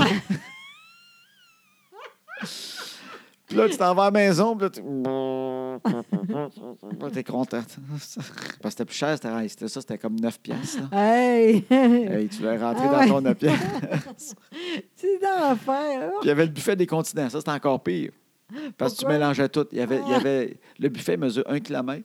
puis là, tu t'en vas à la maison, puis là, tu... Là, t'es contente. Parce que c'était plus cher, c'était c'était ça, c'était comme 9 piastres. là.
Hey!
Hey, tu l'as rentré
Ah
dans
ouais.
ton 9 piastres.
C'est l'enfer! Oh,
Puis il y avait le buffet des continents, ça, c'était encore pire. Parce que tu
Pourquoi? Ah.
mélangeais tout. Il y avait, il y avait, le buffet mesure 1 km.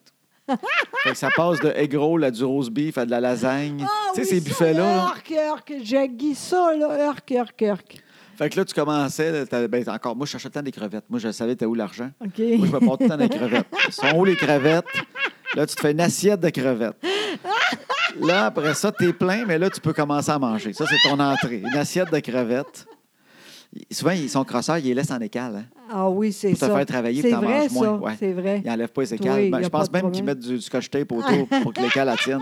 Fait que ça passe de egg roll à du roast beef à de la lasagne.
Ah
tu sais,
oui,
ces
ça,
buffets-là. là.
Urk, urk, j'ai ça, là, urk, urk, urk.
Fait que là, tu commençais. là, t'avais- ben, encore, moi, je cherchais tout le temps des crevettes. Moi, je savais t'es où l'argent.
OK.
Moi, je me porte tout le temps des crevettes. Ils sont où les crevettes? Là, tu te fais une assiette de crevettes. Là, après ça, t'es plein, mais là, tu peux commencer à manger. Ça, c'est ton entrée. Une assiette de crevettes. Ils- Souvent, ils sont crosseurs, ils les laissent en écale. Hein.
Ah oui, c'est
Pour te
ça.
faire travailler,
C'est
t'en
vrai,
manges moins,
ça.
ouais.
C'est vrai.
Ils n'enlèvent pas les écales.
Oui,
Ben,
y a
je
pas
pense
de
même qu'ils
problème.
mettent du, du scotch tape autour pour que l'écale la tienne.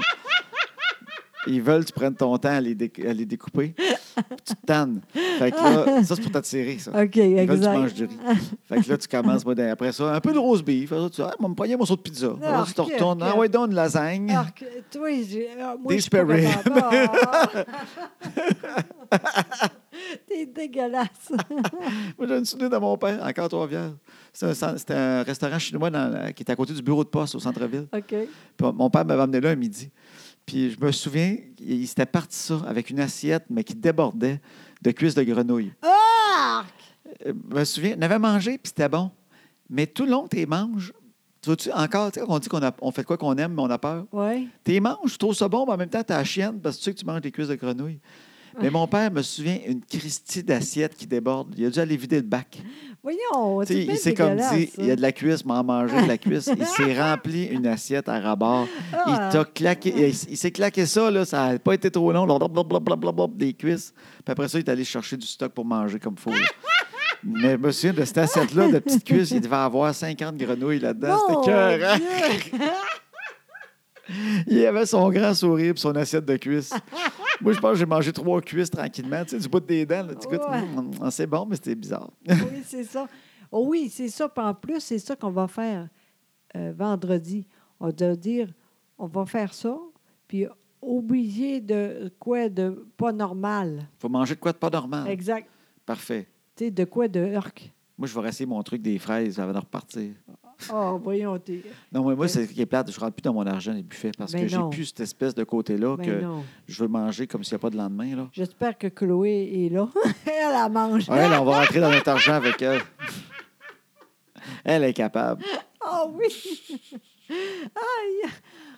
Ils veulent que tu prennes ton temps à les, déc- à les découper. Puis tu te tannes. Fait que là, ça, c'est pour t'attirer, ça.
OK,
Ils veulent que tu
exact.
manges du riz. Fait que là, tu commences, moi, dans- après ça, un peu de rose beef. Après ça, tu dis, ah, moi, me prendre un morceau de pizza. Après ça, tu te
Arc,
retournes,
arc.
ah ouais, donne une lasagne.
Marc, toi, j'ai- ah, moi,
Des
je suis pas
spare
capable. Ah! T'es dégueulasse.
Moi, j'ai une souvenir de mon père, encore Trois-Rivières. C'était un, cen- c'était un restaurant chinois dans la- qui était à côté du bureau de poste au centre-ville.
OK.
Puis mon père m'avait amené là à midi. Puis je me souviens, il il s'était parti ça avec une assiette, mais qui débordait de cuisses de grenouille.
Arc!
Euh, Je me souviens, on avait mangé, puis c'était bon. Mais tout le long, t'es manges. Tu vois-tu, encore, tu sais, on dit qu'on a- on fait de quoi qu'on aime, mais on a peur.
Oui.
T'es manges, tu trouves ça bon, mais en même temps, t'as la chienne parce que tu sais que tu manges des cuisses de grenouille. Mais mon père me souvient une Christie d'assiette qui déborde. Il a dû aller vider le bac.
Voyons,
Tu sais,
c'est bien
il s'est comme dit,
dégueulasse, hein.
il y a
ça.
de la cuisse, m'en manger de la cuisse. Il s'est rempli une assiette à rabord.
Ah.
Il t'a claqué, il, il s'est claqué ça, là, ça n'a pas été trop long. là, blablabla, des cuisses. Puis après ça, il est allé chercher du stock pour manger comme fou. Mais monsieur, de cette assiette-là, de petites cuisses, il devait avoir 50 grenouilles là-dedans.
Mon
C'était cœur. hein.
Dieu!
Il avait son grand sourire et son assiette de cuisses. Moi, je pense que j'ai mangé trois cuisses tranquillement, tu sais, du bout des dents. là, tu goûtes,
Ouais.
Mm, c'est bon, mais c'était bizarre.
Oui, c'est ça. Oh oui, c'est ça. Puis en plus, c'est ça qu'on va faire euh, vendredi. On doit dire, on va faire ça, puis oublier de quoi de pas normal.
faut manger de quoi de pas normal.
Exact.
Parfait.
Tu sais, de quoi de hurc. Moi,
Moi, je vais rester mon truc des fraises avant de repartir.
Oh, voyons, t'es...
Non, mais moi,
Ouais.
c'est ce qui est plate. Je rentre plus dans mon argent des buffets parce
Ben
que j'ai
non.
plus cette espèce de côté-là
Ben
que
non.
je veux manger comme s'il n'y a pas de lendemain. Là.
J'espère que Chloé est là. Elle la mange.
Ouais, là, on va rentrer dans notre argent avec elle. Elle est capable.
Oh oui! Aïe!